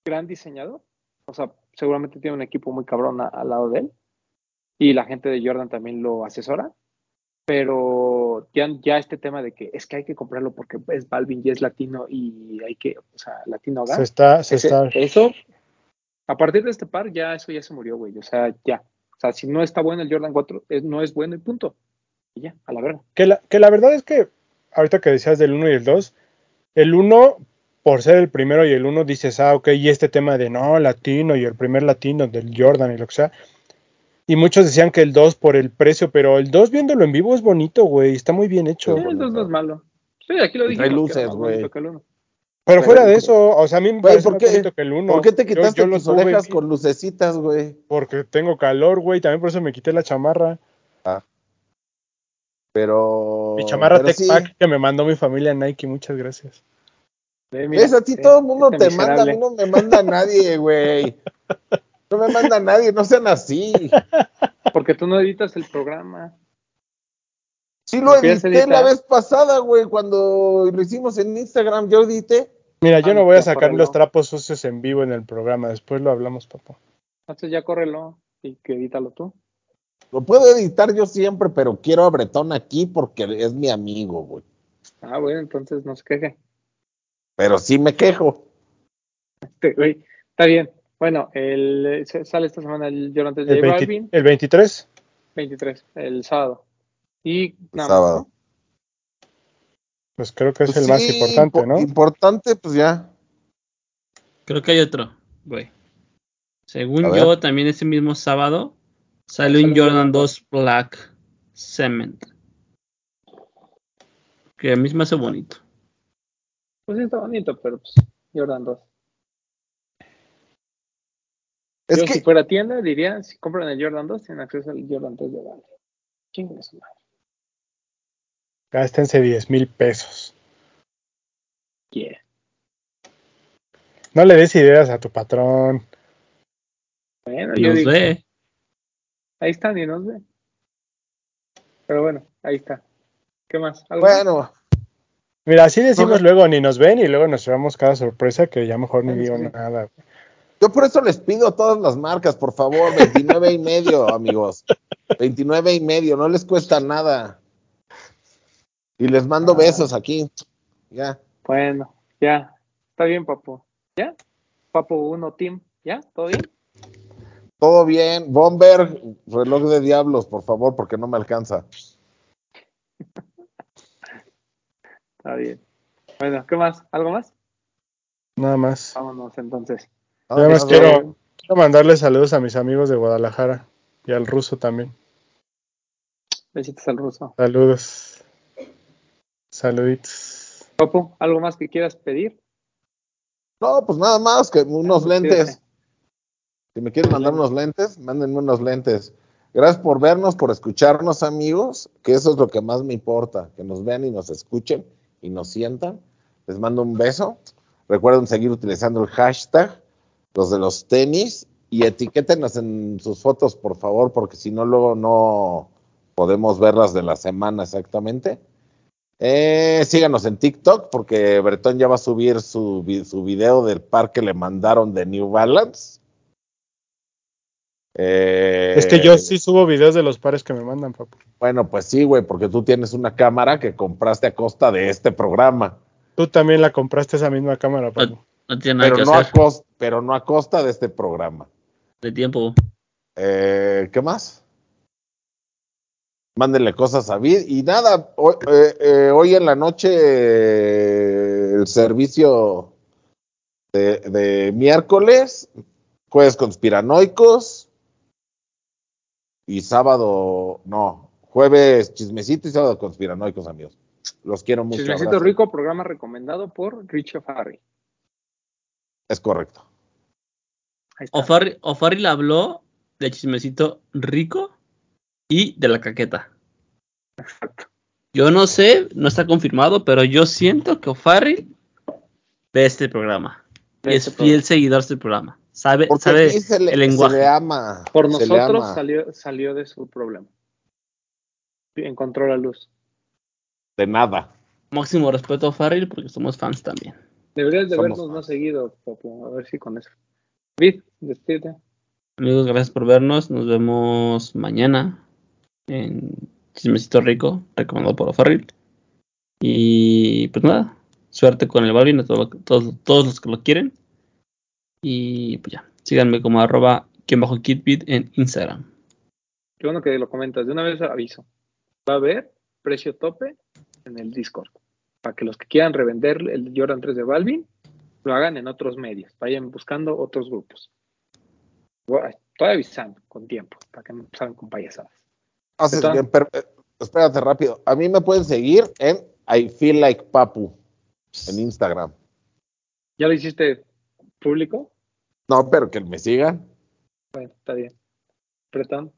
Speaker 2: gran diseñador. O sea, seguramente tiene un equipo muy cabrón a- al lado de él. Y la gente de Jordan también lo asesora. Pero ya, ya este tema de que es que hay que comprarlo porque es Balvin y es latino y hay que, o sea, latino
Speaker 5: Se
Speaker 2: gana.
Speaker 5: está, se
Speaker 2: Ese-
Speaker 5: está.
Speaker 2: Eso, a partir de este par, ya eso ya se murió, güey. O sea, ya. O sea, si no está bueno el Jordan 4, es- no es bueno y punto. Y ya, a la verga.
Speaker 5: Que la, que la verdad es que, ahorita que decías del 1 y el 2, el 1, por ser el primero y el 1, dices, ah, ok, y este tema de no, latino y el primer latino del Jordan y lo que sea. Y muchos decían que el 2 por el precio, pero el 2 viéndolo en vivo es bonito, güey, está muy bien hecho.
Speaker 2: Sí, el 2 Eh, no es malo. Sí, aquí lo dije.
Speaker 3: Trae luces, güey.
Speaker 5: Pero fuera de eso, o sea, a mí me
Speaker 3: Güey,
Speaker 5: parece
Speaker 3: ¿por
Speaker 5: más
Speaker 3: qué-
Speaker 5: bonito que el 1.
Speaker 3: ¿Por qué te quitaste
Speaker 5: los
Speaker 3: tus orejas con lucecitas, güey?
Speaker 5: Porque tengo calor, güey, también por eso me quité la chamarra.
Speaker 3: Pero.
Speaker 5: Mi chamarra
Speaker 3: Oh, pero
Speaker 5: Tech
Speaker 3: sí,
Speaker 5: Pack que me mandó mi familia Nike, muchas gracias.
Speaker 3: ¿Ves? A ti
Speaker 2: eh,
Speaker 3: todo el mundo
Speaker 2: este
Speaker 3: te manda, a mí no me manda nadie, güey. No me manda nadie, no sean así.
Speaker 2: Porque tú no editas el programa.
Speaker 3: Sí lo
Speaker 2: Empieza a
Speaker 3: edité la
Speaker 2: editar.
Speaker 3: vez pasada, güey, cuando lo hicimos en Instagram, yo edité.
Speaker 5: Mira, yo no voy a sacar
Speaker 2: Córrelo.
Speaker 5: los trapos sucios en vivo en el programa, después lo hablamos, papá.
Speaker 2: Entonces ya córrelo y que edítalo tú.
Speaker 3: Lo puedo editar yo siempre, pero quiero a Bretón aquí porque es mi amigo, güey.
Speaker 2: Ah, bueno, entonces no se queje.
Speaker 3: Pero sí me quejo.
Speaker 2: Este, güey, está bien. Bueno, el, eh, se- sale esta semana el Jonathan J
Speaker 5: El, 20
Speaker 2: Balvin,
Speaker 5: el 23,
Speaker 2: 23, el sábado. Y nada más,
Speaker 3: sábado.
Speaker 5: pues creo que es
Speaker 3: Pues
Speaker 5: el más
Speaker 3: sí,
Speaker 5: importante,
Speaker 3: impo-
Speaker 5: ¿no?
Speaker 3: Importante, pues ya.
Speaker 4: Creo que hay otro, güey. Según
Speaker 3: A ver.
Speaker 4: yo, también ese mismo sábado sale un Jordan 2 Black Cement. Que a mí se me hace bonito.
Speaker 2: Pues sí, está bonito, pero pues Jordan 2.
Speaker 3: Es
Speaker 2: Yo
Speaker 3: que
Speaker 2: si fuera tienda diría, si compran el Jordan 2, tienen acceso al Jordan 3 de Vale. Chingue su madre.
Speaker 5: Gástense 10 mil pesos.
Speaker 2: Yeah.
Speaker 5: No le des ideas a tu patrón.
Speaker 2: Bueno, Ah, yo
Speaker 4: Nos
Speaker 2: digo,
Speaker 4: ve.
Speaker 2: ahí están y nos ve. Pero bueno, ahí está. ¿Qué más? ¿Algo más?
Speaker 3: Bueno,
Speaker 5: Mira, así decimos
Speaker 3: Ojalá.
Speaker 5: luego, ni nos ven y luego nos llevamos cada sorpresa que ya mejor ni
Speaker 2: Sí,
Speaker 5: digo
Speaker 2: sí.
Speaker 5: nada.
Speaker 3: yo por eso les pido a todas las marcas, por favor, 29 y medio, amigos. 29 y medio, no les cuesta nada. Y les mando
Speaker 2: Ah.
Speaker 3: besos aquí. Ya.
Speaker 2: Bueno, ya. Está bien, papo. ¿Ya? Papo 1 Team. ¿Ya? ¿Todo bien?
Speaker 3: Todo bien. Bomber, reloj de diablos, por favor, porque no me alcanza.
Speaker 2: Está bien. Bueno, ¿qué más? ¿Algo más?
Speaker 5: Nada más.
Speaker 2: Vámonos entonces.
Speaker 5: Nada más
Speaker 3: Ah,
Speaker 5: quiero, quiero mandarle saludos a mis amigos de Guadalajara y al ruso también.
Speaker 2: Besitos al ruso.
Speaker 5: Saludos. Saluditos.
Speaker 2: Papo, ¿algo más que quieras pedir?
Speaker 3: No, pues nada más que unos
Speaker 2: Ah,
Speaker 3: lentes.
Speaker 2: fíjate.
Speaker 3: Si me quieren mandar unos lentes, mándenme unos lentes. Gracias por vernos, por escucharnos, amigos, que eso es lo que más me importa, que nos vean y nos escuchen y nos sientan. Les mando un beso. Recuerden seguir utilizando el hashtag, los de los tenis, y etiquétenos en sus fotos, por favor, porque si no, luego no podemos verlas de la semana exactamente. Eh, síganos en TikTok porque Bretón ya va a subir su, vi- su video del par que le mandaron de New Balance. Eh,
Speaker 5: es que yo sí subo videos de los pares que me mandan, papá.
Speaker 3: Bueno, pues sí, güey, porque tú tienes una cámara que compraste a costa de este programa.
Speaker 5: Tú también la compraste esa misma cámara, papá.
Speaker 4: No tiene nada
Speaker 3: Pero
Speaker 4: que
Speaker 3: no, a
Speaker 4: hacer
Speaker 3: cos- pero no a costa de este programa.
Speaker 4: de tiempo.
Speaker 3: Eh, ¿Qué más? Mándenle cosas a Vid. Y nada, hoy, eh, eh, hoy en la noche eh, el servicio de, de miércoles, jueves conspiranoicos y sábado, no, jueves chismecito y sábado conspiranoicos, amigos. Los quiero mucho.
Speaker 2: Chismecito
Speaker 3: abrazo.
Speaker 2: Rico, programa recomendado por Richie Farry.
Speaker 3: Es correcto.
Speaker 2: Ahí está.
Speaker 4: O'Farrill O'Farrill habló de chismecito rico y de la caqueta.
Speaker 2: Exacto.
Speaker 4: Yo no sé, no está confirmado, pero yo siento que O'Farrill ve este programa.
Speaker 2: Ve
Speaker 4: es
Speaker 2: este
Speaker 4: fiel seguidor de este programa. Sabe,
Speaker 3: Porque
Speaker 4: sabe
Speaker 3: aquí se le,
Speaker 4: el
Speaker 3: se
Speaker 4: lenguaje.
Speaker 3: le ama.
Speaker 2: Por
Speaker 3: se le
Speaker 2: nosotros
Speaker 3: ama.
Speaker 2: salió, salió de su problema. Encontró la luz.
Speaker 3: De nada.
Speaker 4: Máximo respeto a O'Farrill porque somos fans también.
Speaker 2: Deberías de
Speaker 3: Somos
Speaker 2: vernos
Speaker 3: fans.
Speaker 2: más seguido, Papo. A ver si con eso. Vid, despídete.
Speaker 4: Amigos, gracias por vernos. Nos vemos mañana en Chismecito Rico, recomendado por O'Farrill. Y pues nada, suerte con el Balvin a todo lo que- todos, todos los que lo quieren. Y pues ya, síganme como arroba quien bajo Kitbit en Instagram.
Speaker 2: Qué bueno que lo comentas. De una vez aviso. va a haber precio tope en el Discord. Para que los que quieran revender el Jordan 3 de Balvin, lo hagan en otros medios. Vayan buscando otros grupos. Bueno, estoy avisando con tiempo, para que no salgan con payasadas.
Speaker 3: Haces
Speaker 2: Está-
Speaker 3: bien, pero, eh, espérate rápido. A mí me pueden seguir en I Feel Like Papu en Instagram.
Speaker 2: ¿Ya lo hiciste público?
Speaker 3: No, pero que me sigan.
Speaker 2: Bueno, está bien. Pretón.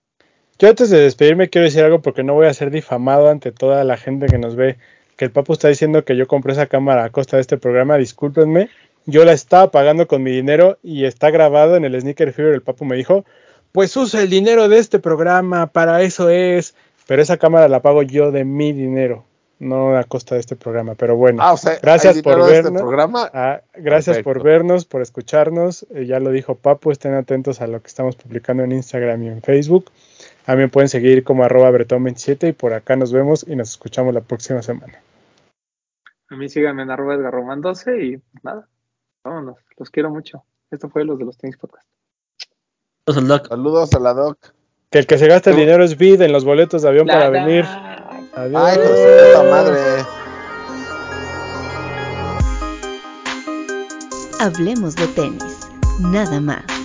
Speaker 5: Yo antes de despedirme quiero decir algo porque no voy a ser difamado ante toda la gente que nos ve. Que el papu está diciendo que yo compré esa cámara a costa de este programa, discúlpenme. Yo la estaba pagando con mi dinero y está grabado en el Sneaker Fever. El papu me dijo, pues usa el dinero de este programa, para eso es. Pero esa cámara la pago yo de mi dinero, no a costa de este programa. Pero bueno,
Speaker 3: Ah, o sea,
Speaker 5: Gracias
Speaker 3: hay
Speaker 5: por
Speaker 3: dinero de
Speaker 5: vernos.
Speaker 3: este programa.
Speaker 5: ah, gracias por
Speaker 3: perfecto.
Speaker 5: vernos, por escucharnos. Eh, ya lo dijo Papu, estén atentos a lo que estamos publicando en Instagram y en Facebook. También pueden seguir como arroba bretón27 y por acá nos vemos y nos escuchamos la próxima semana.
Speaker 2: A mí síganme en arroba edgarroman 12 y nada. Vámonos. Los quiero mucho. Esto fue los de los tenis podcast.
Speaker 4: Los al doc.
Speaker 3: Saludos a la doc.
Speaker 5: Que el que se gasta el
Speaker 3: Tú-
Speaker 5: dinero es vid en los boletos de avión para
Speaker 2: Nada.
Speaker 5: venir. Adiós.
Speaker 3: Ay, hijo de su puta madre.
Speaker 1: Hablemos de tenis, nada más.